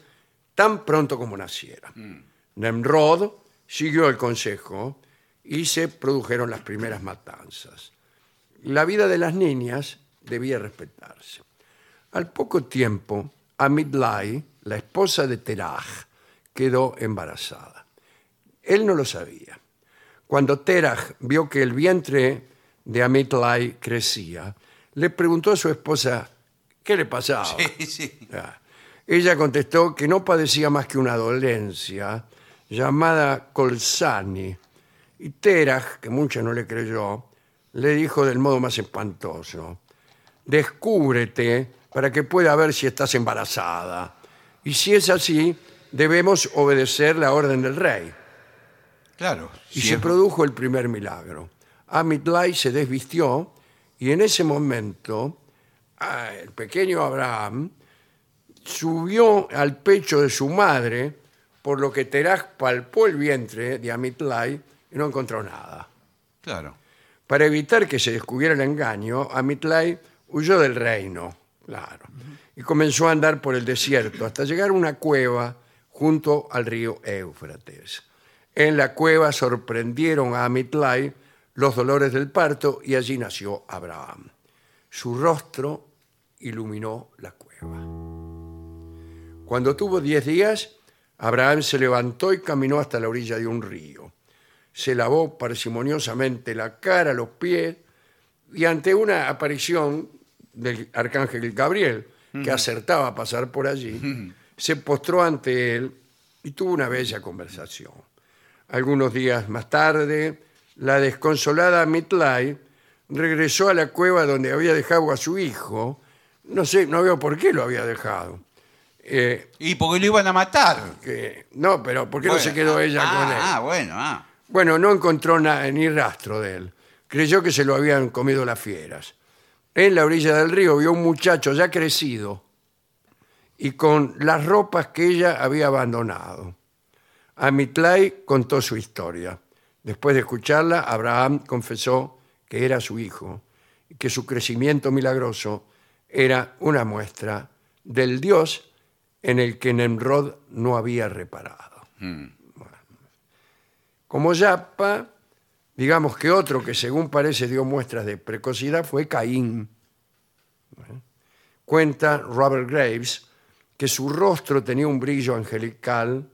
S1: tan pronto como nacieran. Nemrod siguió el consejo y se produjeron las primeras matanzas. La vida de las niñas debía respetarse. Al poco tiempo, Amidlai, la esposa de Teraj, quedó embarazada. Él no lo sabía. Cuando Teraj vio que el vientre de Amitlai crecía, le preguntó a su esposa qué le pasaba.
S3: Sí, sí.
S1: Ah. Ella contestó que no padecía más que una dolencia llamada Colsani. Y Teraj, que mucha no le creyó, le dijo del modo más espantoso, descúbrete para que pueda ver si estás embarazada. Y si es así, debemos obedecer la orden del rey.
S3: Claro.
S1: Y
S3: sí
S1: se
S3: es-
S1: produjo el primer milagro. Amitlai se desvistió y en ese momento ah, el pequeño Abraham subió al pecho de su madre, por lo que Teraj palpó el vientre de Amitlai y no encontró nada.
S3: Claro.
S1: Para evitar que se descubriera el engaño, Amitlai huyó del reino, claro, y comenzó a andar por el desierto hasta llegar a una cueva junto al río Éufrates. En la cueva sorprendieron a Amitlai los dolores del parto y allí nació Abraham. Su rostro iluminó la cueva. Cuando tuvo diez días, Abraham se levantó y caminó hasta la orilla de un río. Se lavó parsimoniosamente la cara, los pies, y ante una aparición del arcángel Gabriel, que acertaba a pasar por allí, se postró ante él y tuvo una bella conversación. Algunos días más tarde, la desconsolada Mitlai regresó a la cueva donde había dejado a su hijo. No sé, no veo por qué lo había dejado. Eh,
S3: Y porque lo iban a matar.
S1: que- no, pero ¿por qué no se
S3: Bueno,
S1: quedó
S3: ah,
S1: ella
S3: ah,
S1: con él?
S3: Ah, bueno, ah.
S1: Bueno, no encontró na- ni rastro de él. Creyó que se lo habían comido las fieras. En la orilla del río vio un muchacho ya crecido y con las ropas que ella había abandonado. Amitlai contó su historia. Después de escucharla, Abraham confesó que era su hijo y que su crecimiento milagroso era una muestra del Dios en el que Nemrod no había reparado. Como Yappa, digamos que otro que según parece dio muestras de precocidad fue Caín. Bueno, Cuenta Robert Graves que su rostro tenía un brillo angelical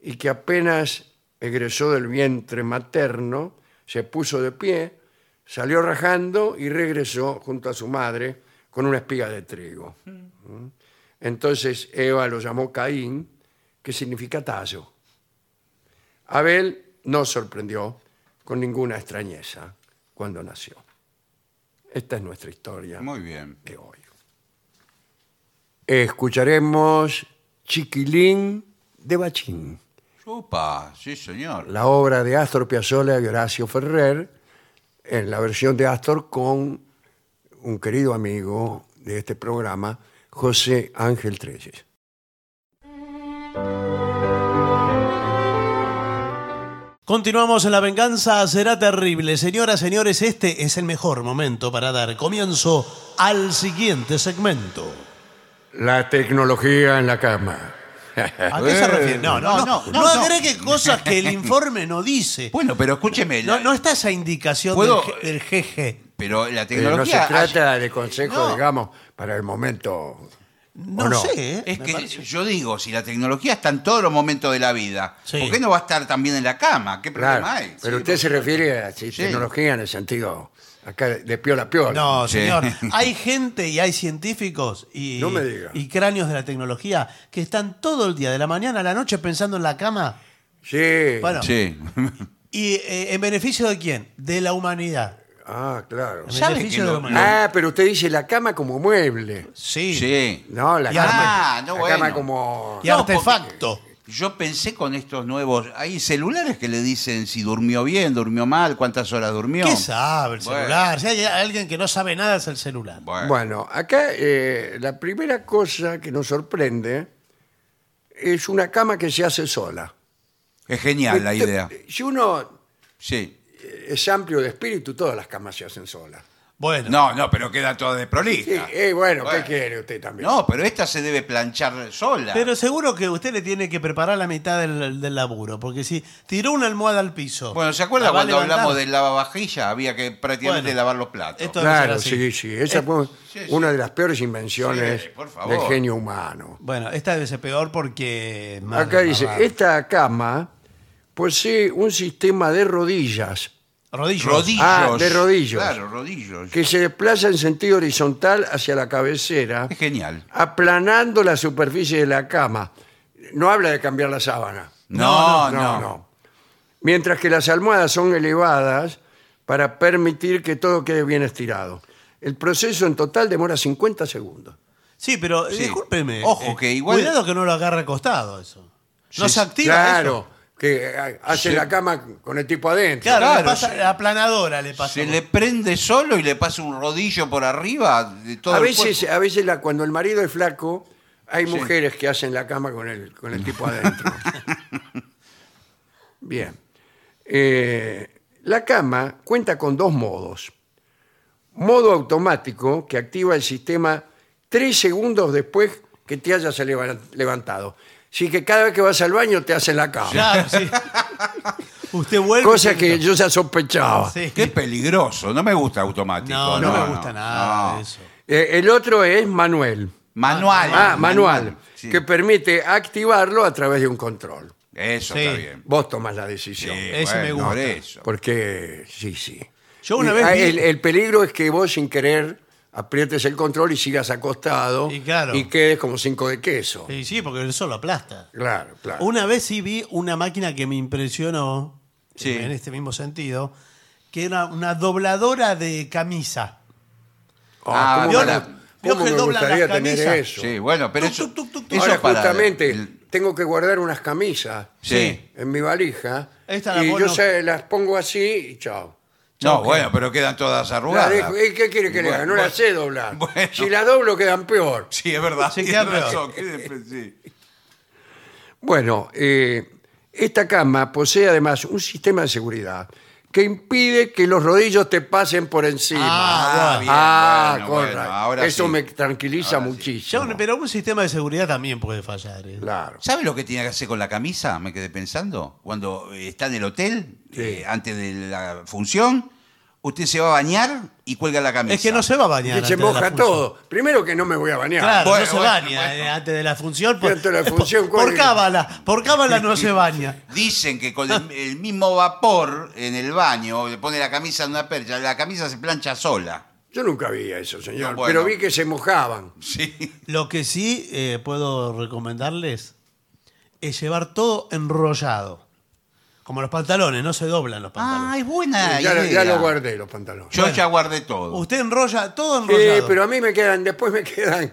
S1: y que apenas egresó del vientre materno, se puso de pie, salió rajando y regresó junto a su madre con una espiga de trigo. Entonces Eva lo llamó Caín, que significa tallo. Abel no sorprendió con ninguna extrañeza cuando nació. Esta es nuestra historia
S3: Muy bien.
S1: de hoy. Escucharemos Chiquilín de Bachín,
S3: Upa, sí, señor.
S1: la obra de Astor Piazzolla y Horacio Ferrer, en la versión de Astor con un querido amigo de este programa, José Ángel Treyes.
S2: Continuamos en La Venganza Será Terrible. Señoras, señores, este es el mejor momento para dar comienzo al siguiente segmento.
S1: La tecnología en la cama. Eh,
S2: ¿A qué se refiere? No, no,
S3: Eh. no,
S2: no. No,
S3: no, no.
S2: agregue cosas que el informe no dice.
S3: Bueno, pero escúcheme.
S2: No,
S3: la-
S2: no está esa indicación
S3: ¿Puedo?
S2: del, je- del jeje.
S3: Pero la
S1: Eh, no se
S3: tecnología.
S1: trata de consejos,
S2: No.
S1: digamos, para el momento.
S2: No,
S1: no?
S2: sé. ¿eh?
S3: Es
S2: Me
S3: que
S2: parece.
S3: yo digo, si la tecnología está en todos los momentos de la vida,
S2: Sí.
S3: ¿por qué no va a estar también en la cama? ¿Qué problema
S1: Claro.
S3: hay?
S1: Pero
S3: Sí,
S1: usted se refiere a si,
S3: Sí.
S1: tecnología en el sentido acá de piola a piola.
S2: No,
S3: Sí.
S2: señor. Hay gente y hay científicos y,
S1: No me diga.
S2: y cráneos de la tecnología que están todo el día, de la mañana a la noche, pensando en la cama.
S1: Sí.
S2: Bueno,
S3: Sí.
S2: ¿y eh, en beneficio de quién? De la humanidad.
S1: Ah, claro.
S2: En
S3: ¿Sabe
S2: beneficio
S3: que
S2: de la
S3: lo-
S2: humanidad.
S1: Ah, pero usted dice la cama como mueble.
S2: Sí.
S3: sí.
S1: No, la
S2: Y
S1: cama.
S3: ah, no,
S1: la cama
S3: bueno.
S1: como.
S2: Y
S3: No,
S2: artefacto.
S3: Yo pensé con estos nuevos. Hay celulares que le dicen si durmió bien, durmió mal, cuántas horas durmió.
S2: ¿Qué sabe el
S3: Bueno.
S2: celular? Si hay alguien que no sabe nada es el celular.
S3: Bueno,
S1: Bueno, acá eh, la primera cosa que nos sorprende es una cama que se hace sola.
S3: es genial
S2: Este-
S3: la idea.
S1: Si uno eh,
S3: Sí.
S1: es amplio de espíritu, todas las camas se hacen solas.
S2: Bueno,
S3: No, no, pero queda toda
S1: Sí,
S3: desprolija.
S1: eh, bueno, ¿qué
S3: Bueno.
S1: quiere usted también?
S3: No, pero esta se debe planchar sola.
S2: pero seguro que usted le tiene que preparar la mitad del, del laburo, porque si tiró una almohada al piso.
S3: Bueno, ¿se acuerda
S2: la va a
S3: cuando hablamos
S2: levantar?
S3: del lavavajilla? Había que prácticamente
S2: Bueno,
S3: lavar los platos.
S2: esto- debe
S1: Claro,
S2: ser así.
S1: sí, sí. Esa
S2: Eh,
S1: fue
S3: sí, sí.
S1: una de las peores invenciones
S3: Sí, por favor.
S1: del genio humano.
S2: Bueno, esta debe ser peor porque. madre
S1: Acá dice,
S2: mamá.
S1: esta cama posee un sistema de rodillas
S2: Rodillos.
S3: Rodillos.
S1: Ah, de rodillos.
S3: Claro, rodillos.
S1: que se desplaza en sentido horizontal hacia la cabecera,
S3: Es genial.
S1: aplanando la superficie de la cama. No habla de cambiar la sábana.
S3: No, no,
S1: no, no. Mientras que las almohadas son elevadas para permitir que todo quede bien estirado. El proceso en total demora 50 segundos.
S2: Sí, pero eh,
S3: Sí.
S2: discúlpeme.
S3: Ojo,
S2: eh,
S3: que igual-
S2: Cuidado que no lo agarre acostado eso. No
S3: Sí,
S2: se activa
S1: Claro,
S2: eso.
S1: que eh, hace la cama con el tipo adentro.
S2: Claro, le
S3: Claro,
S2: pasa,
S3: sí.
S2: la aplanadora le pasa.
S3: Se le prende solo y le pasa un rodillo por arriba de todo
S1: A
S3: el
S1: veces, eh,
S3: cuerpo.
S1: a veces la- cuando el marido es flaco, hay mujeres que hacen la cama con el, con el tipo adentro. Bien. Eh, La cama cuenta con dos modos. Modo automático que activa el sistema tres segundos después que te hayas eleva- levantado. Así que cada vez que vas al baño te hacen la cama.
S2: Claro, sí. Usted vuelve.
S1: Cosa
S2: y-
S1: que yo ya sospechaba.
S2: Sí.
S3: Qué peligroso, no me gusta automático.
S2: No, no, me gusta nada
S3: no.
S2: eso.
S1: Eh, el otro es manual.
S3: Manual.
S1: Ah, manual.
S3: Sí.
S1: Que permite activarlo a través de un control.
S3: Eso
S2: Sí.
S3: está bien.
S1: Vos tomas la decisión.
S3: Sí,
S2: Ese me gusta.
S3: Por eso.
S1: Porque, sí, sí.
S2: Yo una
S1: Y,
S2: vez
S1: ah,
S2: vi-
S1: el, el peligro es que vos sin querer aprietes el control y sigas acostado
S2: Y claro.
S1: y quedes como cinco de queso.
S2: Sí, sí, porque el sol lo aplasta.
S1: Claro, claro.
S2: Una vez sí vi una máquina que me impresionó,
S3: Sí.
S2: en este mismo sentido, que era una dobladora de camisa.
S1: Ah,
S3: Ah,
S1: ¿cómo
S3: vio
S1: me-
S3: la-
S2: vio
S1: cómo
S2: que
S1: me
S2: doblan las
S1: gustaría tener
S2: camisas?
S1: eso?
S3: Sí, bueno, pero
S2: Tuc,
S3: eso,
S2: tuc, tuc, tuc, tuc.
S3: eso
S1: Ahora
S3: es para-
S1: justamente
S3: el-
S1: tengo que guardar unas camisas
S3: Sí.
S1: en mi valija
S2: Esta la
S1: y
S2: vos
S1: yo
S2: no.
S1: se las pongo así y chao.
S3: No, bueno, pero quedan todas
S1: La
S3: arrugadas.
S1: dejo- ¿Y ¿Qué quiere que le haga? No
S3: Bueno,
S1: las sé doblar.
S3: bueno.
S1: Si las doblo quedan peor.
S3: Sí, es verdad.
S2: Sí,
S3: tiene
S2: queda peor.
S3: razón, qué- sí.
S1: Bueno, eh, esta cama posee además un sistema de seguridad que impide que los rodillos te pasen por encima.
S2: Ah,
S3: bien,
S1: Ah,
S3: bueno,
S1: con
S3: bueno,
S1: razón.
S3: ahora
S1: Eso
S3: sí.
S1: me tranquiliza
S3: Ahora sí.
S1: muchísimo.
S2: Ya un- pero un sistema de seguridad también puede fallar. ¿eh?
S1: Claro.
S3: ¿Sabe lo que tiene que hacer con la camisa? Me quedé pensando. Cuando eh, está en el hotel,
S1: Sí.
S3: eh, antes de la función, usted se va a bañar y cuelga la camisa.
S2: Es que no se va a bañar.
S1: Que se
S2: antes de la
S1: moja
S2: función.
S1: todo. Primero que no me voy a bañar.
S2: Claro,
S3: Bueno,
S2: no se
S3: bueno,
S2: baña
S3: bueno.
S2: eh, antes de la función. Por,
S1: Y antes de la función,
S2: por-
S1: ¿cuál
S2: por
S1: es?
S2: cábala, por cábala no se baña.
S3: Dicen que con el, el mismo vapor en el baño, le pone la camisa en una percha, la camisa se plancha sola.
S1: Yo nunca vi eso, señor.
S3: No, bueno.
S1: Pero vi que se mojaban.
S3: Sí.
S2: Lo que sí eh, puedo recomendarles es llevar todo enrollado. Como los pantalones, no se doblan los pantalones.
S3: Ah, es buena
S1: ya, ya
S3: idea.
S1: lo guardé los pantalones.
S3: Yo ya guardé todo.
S2: Usted enrolla todo
S1: Sí,
S2: enrollado.
S1: pero a mí me quedan, después me quedan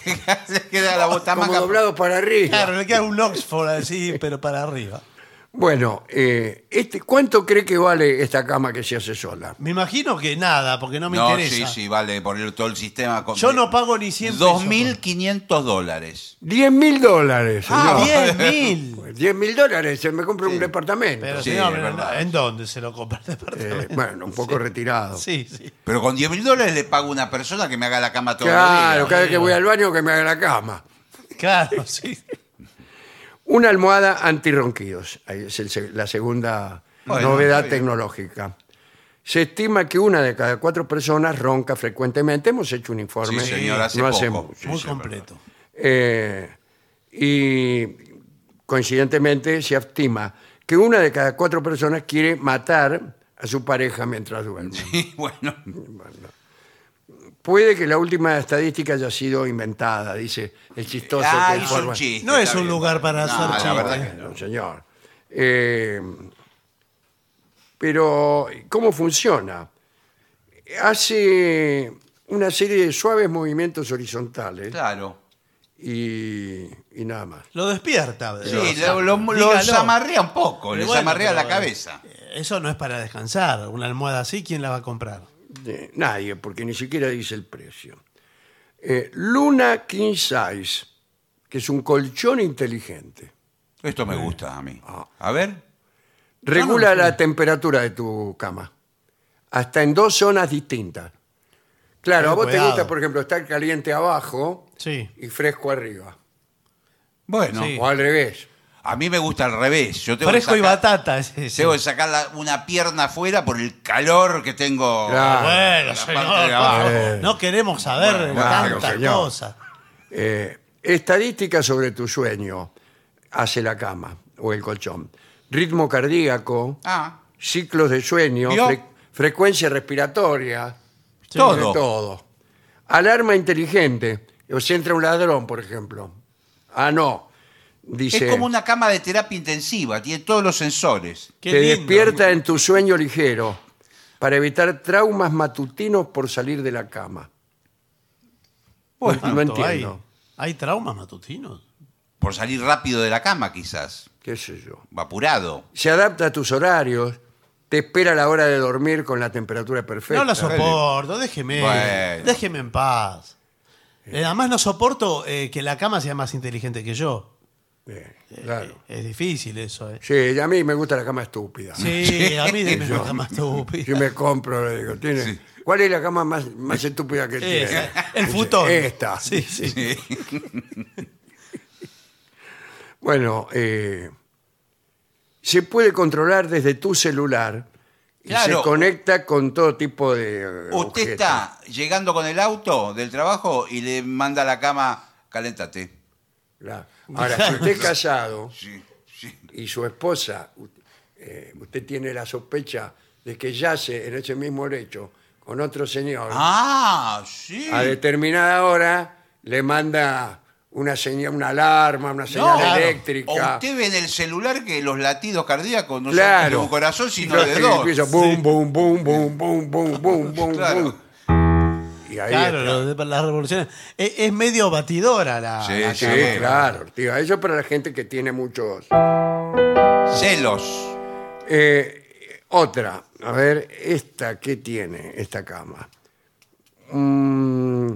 S3: se queda la
S1: como
S3: botamanga.
S1: doblados para arriba.
S2: Claro, le queda un Oxford así, pero para arriba.
S1: Bueno, eh, este, ¿cuánto cree que vale esta cama que se hace sola?
S2: Me imagino que nada, porque no me
S3: No, sí,
S2: interesa.
S3: sí, vale, poner todo el sistema. con-
S2: Yo no pago ni 100 pesos.
S3: 2.500 dólares.
S1: 10 mil dólares.
S2: Ah,
S1: señor.
S2: 10 mil.
S1: Pues, 10 mil dólares, se me compra un departamento.
S2: Pero
S3: Sí,
S2: señor,
S3: es
S2: pero no,
S3: verdad.
S2: ¿en dónde se lo compra el departamento?
S1: Eh, bueno, un poco retirado.
S2: Sí, sí.
S3: Pero con 10.000 dólares le pago a una persona que me haga la cama todo
S1: Claro,
S3: el día.
S1: cada vez que voy al baño que me haga la cama.
S2: Claro, sí.
S1: Una almohada antirronquidos. Ahí es el se- la segunda
S3: Bueno,
S1: novedad
S3: está bien.
S1: tecnológica. Se estima que una de cada cuatro personas ronca frecuentemente. Hemos hecho un informe.
S3: Sí, señor, hace
S1: no
S3: poco. Sí,
S2: Muy
S3: sí,
S2: completo.
S1: Eh, y coincidentemente se estima que una de cada cuatro personas quiere matar a su pareja mientras duerme.
S3: Sí, bueno.
S1: Puede que la última estadística haya sido inventada, dice el chistoso.
S3: Ah,
S1: que
S3: hizo un
S1: informa.
S3: chiste,
S2: No es
S3: está
S2: un
S3: bien.
S2: lugar para
S3: No,
S2: hacer
S3: la
S2: chistes.
S3: verdad que no.
S1: No, señor. Eh, pero, ¿cómo funciona? Hace una serie de suaves movimientos horizontales
S3: Claro.
S1: y, y nada más.
S2: Lo despierta.
S3: Sí, lo, lo, lo
S2: Dígalo.
S3: zamarrea un poco, le
S2: Bueno,
S3: zamarrea
S2: pero,
S3: la cabeza.
S2: eh, Eso no es para descansar. Una almohada así, ¿quién la va a comprar?
S1: Eh, nadie, porque ni siquiera dice el precio. Eh, Luna King Size, que es un colchón inteligente.
S3: Esto me gusta a mí. A ver.
S1: Regula
S2: No, no, Ah, sí.
S1: la temperatura de tu cama. Hasta en dos zonas distintas. Claro,
S2: Ten
S1: a vos
S2: cuidado.
S1: te gusta, por ejemplo, estar caliente abajo
S2: Sí.
S1: y fresco arriba.
S3: Bueno,
S2: Sí.
S1: O al revés.
S3: a mí me gusta al revés. Yo tengo que
S2: Fresco y
S3: sacar-
S2: batata. es ese.
S3: Tengo que sacar la- una pierna afuera por el calor que tengo.
S1: Claro.
S2: Bueno,
S3: La
S2: señor,
S3: parte de
S2: por
S3: abajo.
S1: Eh.
S2: favor, no queremos saber
S3: Bueno,
S1: claro,
S2: tantas
S1: señor.
S2: cosas.
S1: Eh, estadística sobre tu sueño hace la cama o el colchón. Ritmo cardíaco,
S3: Ah,
S1: ciclos de sueño,
S3: ¿Vio?
S1: fre- frecuencia respiratoria.
S3: Todo.
S1: todo. Alarma inteligente. O si entra un ladrón, por ejemplo. Ah, no. Dice,
S3: Es como una cama de terapia intensiva, tiene todos los sensores.
S2: Qué
S1: te
S2: lindo.
S1: despierta en tu sueño ligero para evitar traumas matutinos por salir de la cama.
S2: Bueno,
S1: no
S2: tanto hay-
S1: entiendo.
S2: Hay, traumas matutinos.
S3: Por salir rápido de la cama, quizás.
S1: ¿Qué sé yo?
S3: Vapurado.
S1: se adapta a tus horarios, te espera a la hora de dormir con la temperatura perfecta.
S2: No la soporto, déjeme.
S3: Bueno.
S2: Déjeme en paz. Eh, Además, no soporto eh, que la cama sea más inteligente que yo.
S1: Bien, claro.
S2: Es difícil eso, ¿eh?
S1: Sí, y a mí me gusta la cama estúpida.
S2: Sí, a mí de me gusta más Tupi.
S1: Yo me compro, le digo, ¿tiene- ¿cuál es la cama más, más estúpida que tiene?
S2: Esa, el futón.
S1: Esta.
S2: Sí, sí.
S1: Bueno, eh, se puede controlar desde tu celular y
S3: Claro.
S1: se conecta con todo tipo de. eh, objetos.
S3: Usted está llegando con el auto del trabajo y le manda a la cama, caléntate.
S1: Claro. Ahora, si usted es casado
S3: Sí, sí.
S1: y su esposa, u- eh, usted tiene la sospecha de que yace en ese mismo lecho con otro señor,
S3: Ah, sí.
S1: a determinada hora le manda una señal, una alarma, una señal
S2: claro.
S1: eléctrica.
S3: O usted ve en el celular que los latidos cardíacos no son de
S1: Claro.
S3: un corazón, sino
S1: Claro,
S3: de
S1: y
S3: dos.
S1: empieza boom, boom, boom, boom, boom, boom, boom, boom,
S3: Claro.
S1: boom. Y ahí
S2: Claro,
S1: está.
S2: lo de- las revoluciones. Es, es medio batidora la.
S3: Sí,
S2: la
S1: Sí,
S3: sí.
S2: cama.
S1: claro, tío. Eso es para la gente que tiene muchos.
S3: Celos.
S1: Eh, otra, a ver, esta, ¿qué tiene esta cama? Mm,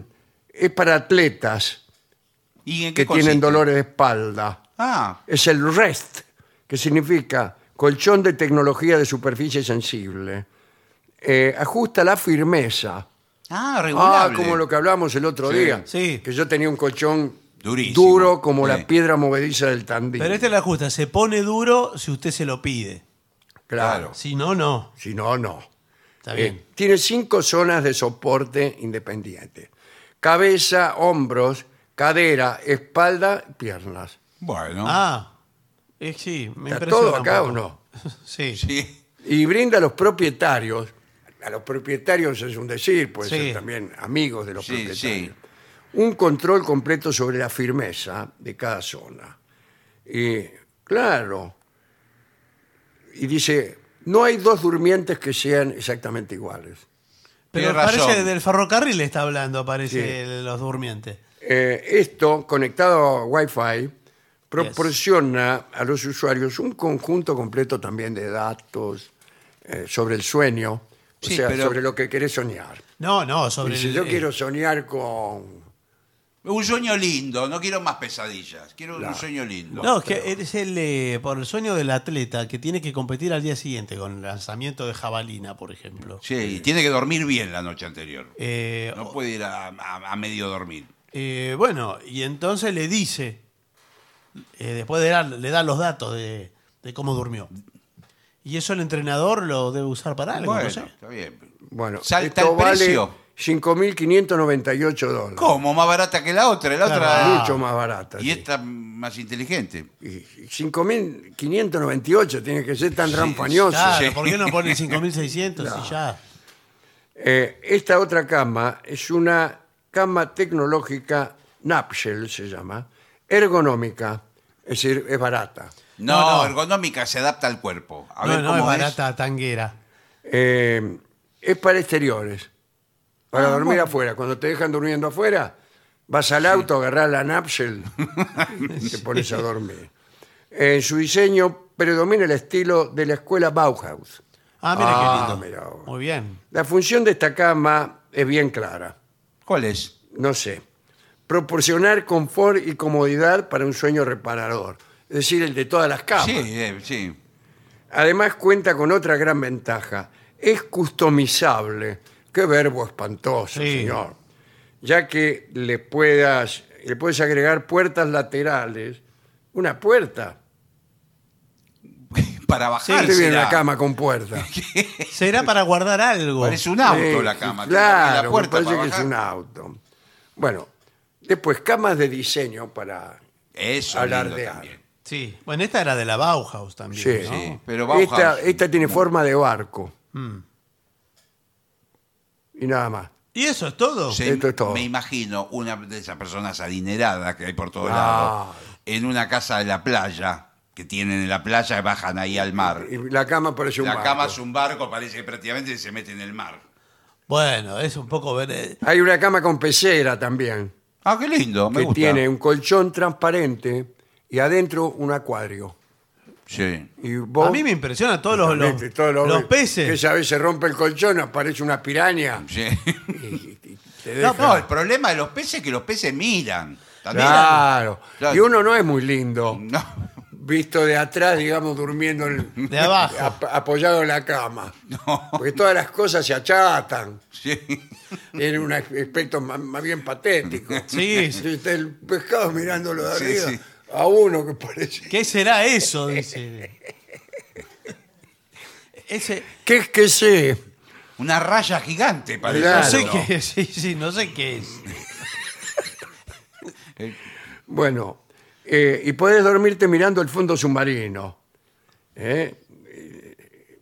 S1: es para atletas
S3: ¿Y en qué
S1: que tienen
S3: consiste?
S1: dolores de espalda.
S3: Ah,
S1: Es el REST, que significa colchón de tecnología de superficie sensible. Eh, ajusta la firmeza.
S3: ah,
S1: Ah,
S3: regulable.
S1: como lo que hablamos el otro
S3: Sí.
S1: día.
S2: Sí.
S1: Que yo tenía un colchón
S3: Durísimo.
S1: duro como
S3: Sí.
S1: la piedra movediza del Tandil.
S2: Pero este- esta es la justa. Se pone duro si usted se lo pide.
S1: Claro.
S2: Si no, no.
S1: Si no, no.
S2: Está
S1: Eh,
S2: bien.
S1: tiene cinco zonas de soporte independiente. Cabeza, hombros, cadera, espalda, piernas.
S3: Bueno.
S2: Ah. Eh, sí, me
S1: ¿Está
S2: impresiona.
S1: todo
S2: un
S1: acá o
S2: poco.
S1: no?
S2: Sí.
S3: Sí.
S1: Y brinda a los propietarios, a los propietarios es un decir, puede
S2: Sí.
S1: ser también amigos de los
S3: Sí,
S1: propietarios,
S3: sí.
S1: un control completo sobre la firmeza de cada zona. Y claro, y dice, no hay dos durmientes que sean exactamente iguales.
S2: Pero
S3: Tiene
S2: parece
S3: razón.
S2: del ferrocarril está hablando, parece
S1: Sí.
S2: el- los durmientes.
S1: Eh, esto, conectado a Wi-Fi, proporciona a los usuarios un conjunto completo también de datos eh, sobre el sueño, o
S3: Sí,
S1: sea,
S3: pero-
S1: sobre lo que querés soñar.
S2: No, no, sobre
S1: Dice,
S2: el-
S1: yo
S2: eh,
S1: quiero soñar con...
S3: Un sueño lindo, no quiero más pesadillas, quiero
S1: Claro.
S3: un sueño lindo.
S2: No, es que es el eh, por el sueño del atleta que tiene que competir al día siguiente con el lanzamiento de jabalina, por ejemplo.
S3: Sí, y tiene que dormir bien la noche anterior.
S2: Eh,
S3: No puede ir a, a- a medio dormir.
S2: eh, bueno, y entonces le dice, eh, después de dar- le da los datos de, de cómo durmió. Y eso el entrenador lo debe usar para algo,
S3: Bueno,
S2: no sé.
S3: está bien.
S1: Bueno,
S3: Salta
S1: esto
S3: el precio.
S1: vale 5.598 dólares.
S3: ¿Cómo? Más barata que la otra, la
S2: Claro.
S3: otra.
S1: Mucho más barata.
S3: Y
S1: sí.
S3: esta más inteligente.
S1: Y 5.598 tiene que ser tan rampañoso.
S2: Claro,
S3: Sí.
S2: ¿por qué no pone 5600 y ya?
S1: Eh, esta otra cama es una cama tecnológica, Napshell se llama, ergonómica, es decir, es barata.
S3: No,
S2: No, no.
S3: ergonómica se adapta al cuerpo. A
S2: no,
S3: ver
S2: no,
S3: cómo
S2: es
S3: es.
S2: barata tanguera.
S1: Eh, es para exteriores, para dormir afuera. Cuando te dejan durmiendo afuera, vas al auto, agarrás la Napshell y te pones a dormir. En su diseño predomina el estilo de la escuela Bauhaus.
S2: Ah, mira
S1: Ah,
S2: qué
S1: mira
S2: lindo.
S1: vos.
S2: Muy bien.
S1: La función de esta cama es bien clara.
S3: ¿Cuál es?
S1: no sé, proporcionar confort y comodidad para un sueño reparador, es decir, el de todas las camas.
S3: sí, eh, sí.
S1: Además cuenta con otra gran ventaja, es customizable, qué verbo espantoso,
S2: Sí.
S1: señor, ya que le puedas, le puedes agregar puertas laterales, una puerta,
S3: Para bajar.
S1: Usted viene
S3: será.
S1: una cama con puerta.
S2: Será para guardar algo.
S3: Parece un auto
S1: Sí,
S3: la cama. tiene que abrir
S1: Claro,
S3: la
S1: me
S3: puerta
S1: parece
S3: para
S1: que es
S3: bajar.
S1: un auto. Bueno, después camas de diseño para
S3: Eso,
S1: Hablar
S3: lindo
S1: de
S3: también.
S2: Sí. Bueno, esta era de la Bauhaus también.
S1: Sí,
S2: ¿no?
S3: sí. pero Bauhaus.
S1: Esta, esta tiene forma de barco.
S2: Mm.
S1: Y nada más.
S2: ¿Y eso es todo?
S3: Se-
S1: Esto es todo.
S3: Me imagino una de esas personas adineradas que hay por todos
S1: Ah.
S3: lados, en una casa de la playa, que tienen en la playa y bajan ahí al mar.
S1: Y la cama parece un
S3: La
S1: barco.
S3: cama es un barco, parece que prácticamente se mete en el mar.
S2: Bueno, es un poco ver. eh,
S1: Hay una cama con pecera también,
S3: Ah, qué lindo, me
S1: que
S3: gusta.
S1: tiene un colchón transparente y adentro un acuario.
S3: Sí.
S1: Y vos,
S2: a mí me impresiona todos los, los,
S1: realmente, todos
S2: los peces.
S1: Que sabes, se rompe el colchón, aparece una piraña.
S3: sí.
S1: y- y- y te
S3: No,
S1: deja.
S3: no, el problema de los peces es que los peces miran. También.
S1: Claro.
S3: Claro.
S1: Y uno no es muy lindo,
S3: No,
S1: visto de atrás, digamos, durmiendo en-
S2: De abajo.
S1: ap- apoyado en la cama. Porque todas las cosas se achatan.
S3: sí.
S1: Tiene un aspecto ma- más bien patético.
S2: Sí, sí.
S1: Y está El pescado mirándolo de
S3: Sí,
S1: arriba.
S3: sí.
S1: A uno que parece.
S2: ¿Qué será eso? Dice. Ese,
S1: ¿Qué es que sé?
S3: Una raya gigante parece.
S1: Claro.
S2: no sé qué es. Sí, sí, no sé qué es.
S1: Bueno, eh, y puedes dormirte mirando el fondo submarino. ¿eh? Eh,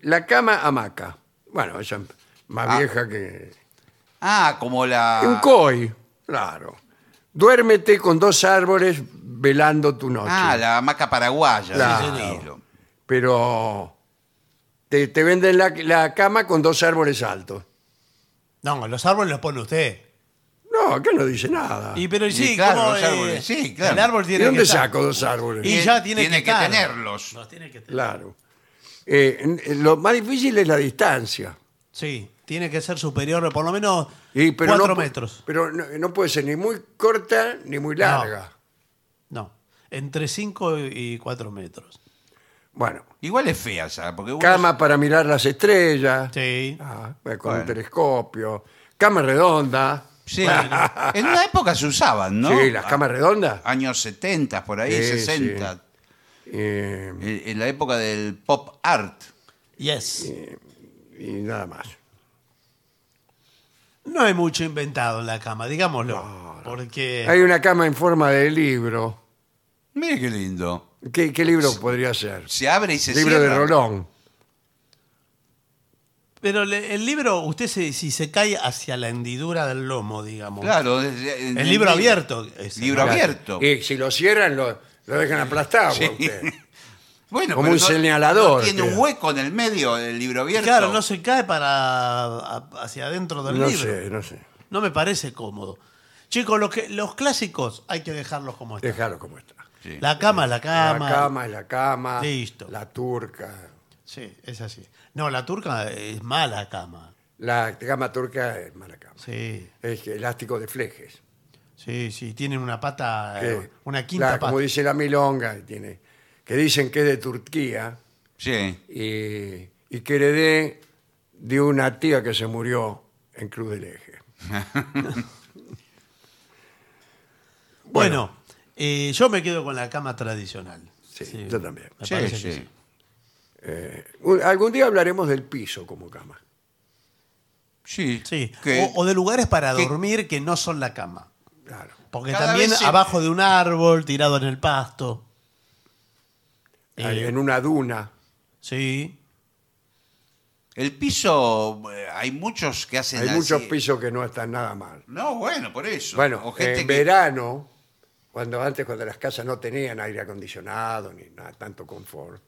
S1: La cama hamaca. Bueno, esa es más
S3: Ah.
S1: vieja que.
S3: Ah, como la.
S1: Un coy, claro. Duérmete con dos árboles velando tu noche.
S3: Ah, la hamaca paraguaya.
S1: Claro.
S3: de ese estilo.
S1: Pero te, te venden la, la cama con dos árboles altos.
S2: No, los árboles los pone usted.
S1: No, acá no dice nada.
S2: Y pero
S3: Y
S2: sí,
S3: claro,
S2: ¿cómo,
S3: los
S2: eh,
S3: árboles, sí, claro.
S2: El árbol
S1: ¿De
S2: tiene
S1: dónde
S2: que estar.
S1: saco dos árboles?
S2: Y ya tiene que estar.
S3: tenerlos.
S2: Los tiene que estar.
S1: Claro. Eh, n- lo más difícil es la distancia.
S2: Sí, tiene que ser superior, por lo menos
S1: Y, pero
S2: cuatro
S1: no pu-
S2: metros.
S1: Pero no, no puede ser ni muy corta ni muy larga.
S2: No, entre 5 y 4 metros.
S1: Bueno,
S3: Igual es fea esa, porque uno-
S1: cama para mirar las estrellas.
S2: Sí.
S1: Ah, con un
S3: Bueno.
S1: telescopio. Cama redonda.
S3: Sí. en una época se usaban, ¿no? Ah.
S1: Sí, las
S3: A-
S1: camas redondas.
S3: Años 70, por ahí,
S1: Sí,
S3: 60.
S1: Eh,
S3: En, en la época del pop art.
S2: Yes.
S1: y nada más.
S2: No hay mucho inventado en la cama, digámoslo. Porque
S1: Hay una cama en forma de libro.
S3: Mire qué lindo.
S1: ¿Qué, qué libro podría ser?
S3: Se abre y se
S1: Libro de
S3: cierra.
S1: Rolón.
S2: Pero le- el libro, usted se- si se cae hacia la hendidura del lomo, digamos.
S3: Claro. es- es-
S2: El libro abierto. es-
S3: Libro
S1: Claro.
S3: abierto.
S1: Y si lo cierran, lo, lo dejan aplastado. a usted.
S3: Bueno,
S1: Como
S3: pero
S1: un señalador,
S3: no tiene
S1: queda.
S3: un hueco en el medio del libro abierto.
S2: Claro, no se cae para a- hacia adentro del
S1: No
S2: libro.
S1: sé, no sé.
S2: No me parece cómodo. Chicos, los, que, los clásicos hay que dejarlos como están.
S1: Dejarlo como está.
S3: Sí.
S2: La cama es la cama.
S1: La cama es la cama.
S2: Listo.
S1: La turca.
S2: Sí, es así. No, la turca es mala cama.
S1: La cama turca es mala cama.
S2: Sí,
S1: Es elástico de flejes.
S2: sí, sí. Tienen una pata,
S1: que-
S2: eh, una quinta
S1: la-
S2: pata.
S1: Como dice la milonga, que tiene, que dicen que es de Turquía
S3: Sí.
S1: y, y que heredé de una tía que se murió en Cruz del Eje.
S2: Bueno, eh, yo me quedo con la cama tradicional.
S1: Sí, yo también.
S2: me
S3: Sí,
S2: parece
S3: sí.
S2: que sí.
S1: Un- algún día hablaremos del piso como cama.
S3: Sí.
S2: Sí,
S3: Que-
S2: O, o de lugares para
S3: que-
S2: dormir que no son la cama.
S1: Claro.
S2: Porque
S3: Cada
S2: también
S3: vez se-
S2: abajo de un árbol, tirado en el pasto. Eh,
S1: En una duna.
S2: sí.
S3: El piso, eh, hay muchos que hacen
S1: Hay
S3: así.
S1: muchos pisos que no están nada mal.
S3: No, bueno, por eso.
S1: Bueno,
S3: O gente
S1: en
S3: que-
S1: verano, cuando antes cuando las casas no tenían aire acondicionado ni nada, tanto confort,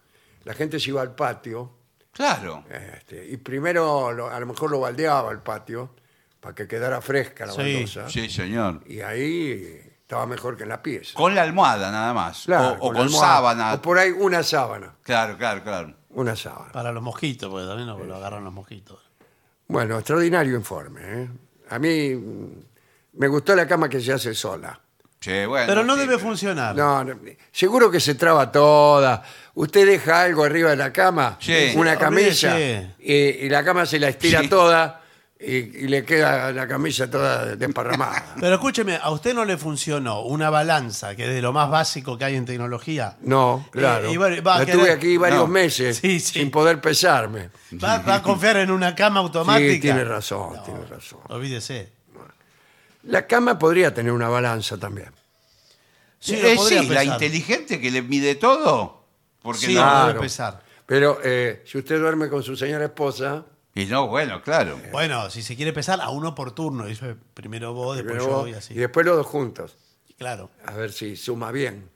S1: la gente se iba al patio
S3: Claro.
S1: este, y primero lo- a lo mejor lo baldeaba el patio para que quedara fresca la
S2: Sí,
S1: baldosa
S3: Sí, señor.
S1: y ahí estaba mejor que en la pieza.
S3: Con la almohada nada más.
S1: Claro,
S3: o o con,
S1: la almohada.
S3: sábana.
S1: O por ahí una sábana,
S3: Claro, claro, claro.
S1: una sábana.
S2: Para los mosquitos, porque también lo, lo agarran los mosquitos.
S1: Bueno, extraordinario informe. ¿eh? A mí mm, me gustó la cama que se hace sola.
S3: Sí, bueno,
S2: Pero no
S3: sí,
S2: debe funcionar.
S1: No, no, seguro que se traba toda. Usted deja algo arriba de la cama,
S3: Sí.
S1: una
S2: Sí,
S1: camisa,
S2: olvídese.
S1: y, y la cama se la estira
S3: Sí.
S1: toda y, y le queda la camisa toda desparramada.
S2: Pero escúcheme, ¿a usted no le funcionó una balanza, que es de lo más básico que hay en tecnología?
S1: No, claro.
S2: Eh, y bueno, va a
S1: la
S2: quedar-
S1: tuve aquí varios
S3: No.
S1: meses
S2: Sí, sí.
S1: sin poder pesarme.
S2: ¿Va, va a confiar en una cama automática?
S1: Sí, tiene razón, tiene razón.
S2: Olvídese.
S1: La cama podría tener una balanza también.
S2: Sí, lo
S3: Eh,
S2: podría
S3: sí, la
S2: pesar.
S3: inteligente que le mide todo. Porque
S2: Sí,
S3: no.
S2: lo
S1: Claro.
S2: debe pesar.
S1: Pero eh, si usted duerme con su señora esposa,
S3: Y no, bueno, claro.
S2: Bueno, si se quiere pesar, a uno por turno. Y yo, primero vos, después
S1: primero
S2: yo
S1: vos,
S2: y así.
S1: y después los dos juntos,
S2: Claro,
S1: a ver si suma bien.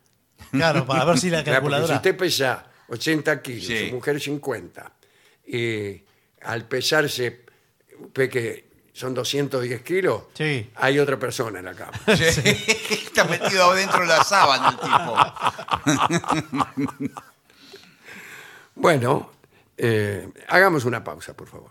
S2: claro, para ver si la
S1: Claro, porque si
S2: calculadora...
S1: usted pesa 80 kilos,
S3: Sí.
S1: su mujer 50, y al pesarse, ve que son 210 kilos,
S2: Sí.
S1: hay otra persona en la cama.
S3: Está metido dentro de la sábana el tipo.
S1: bueno, eh, hagamos una pausa, por favor.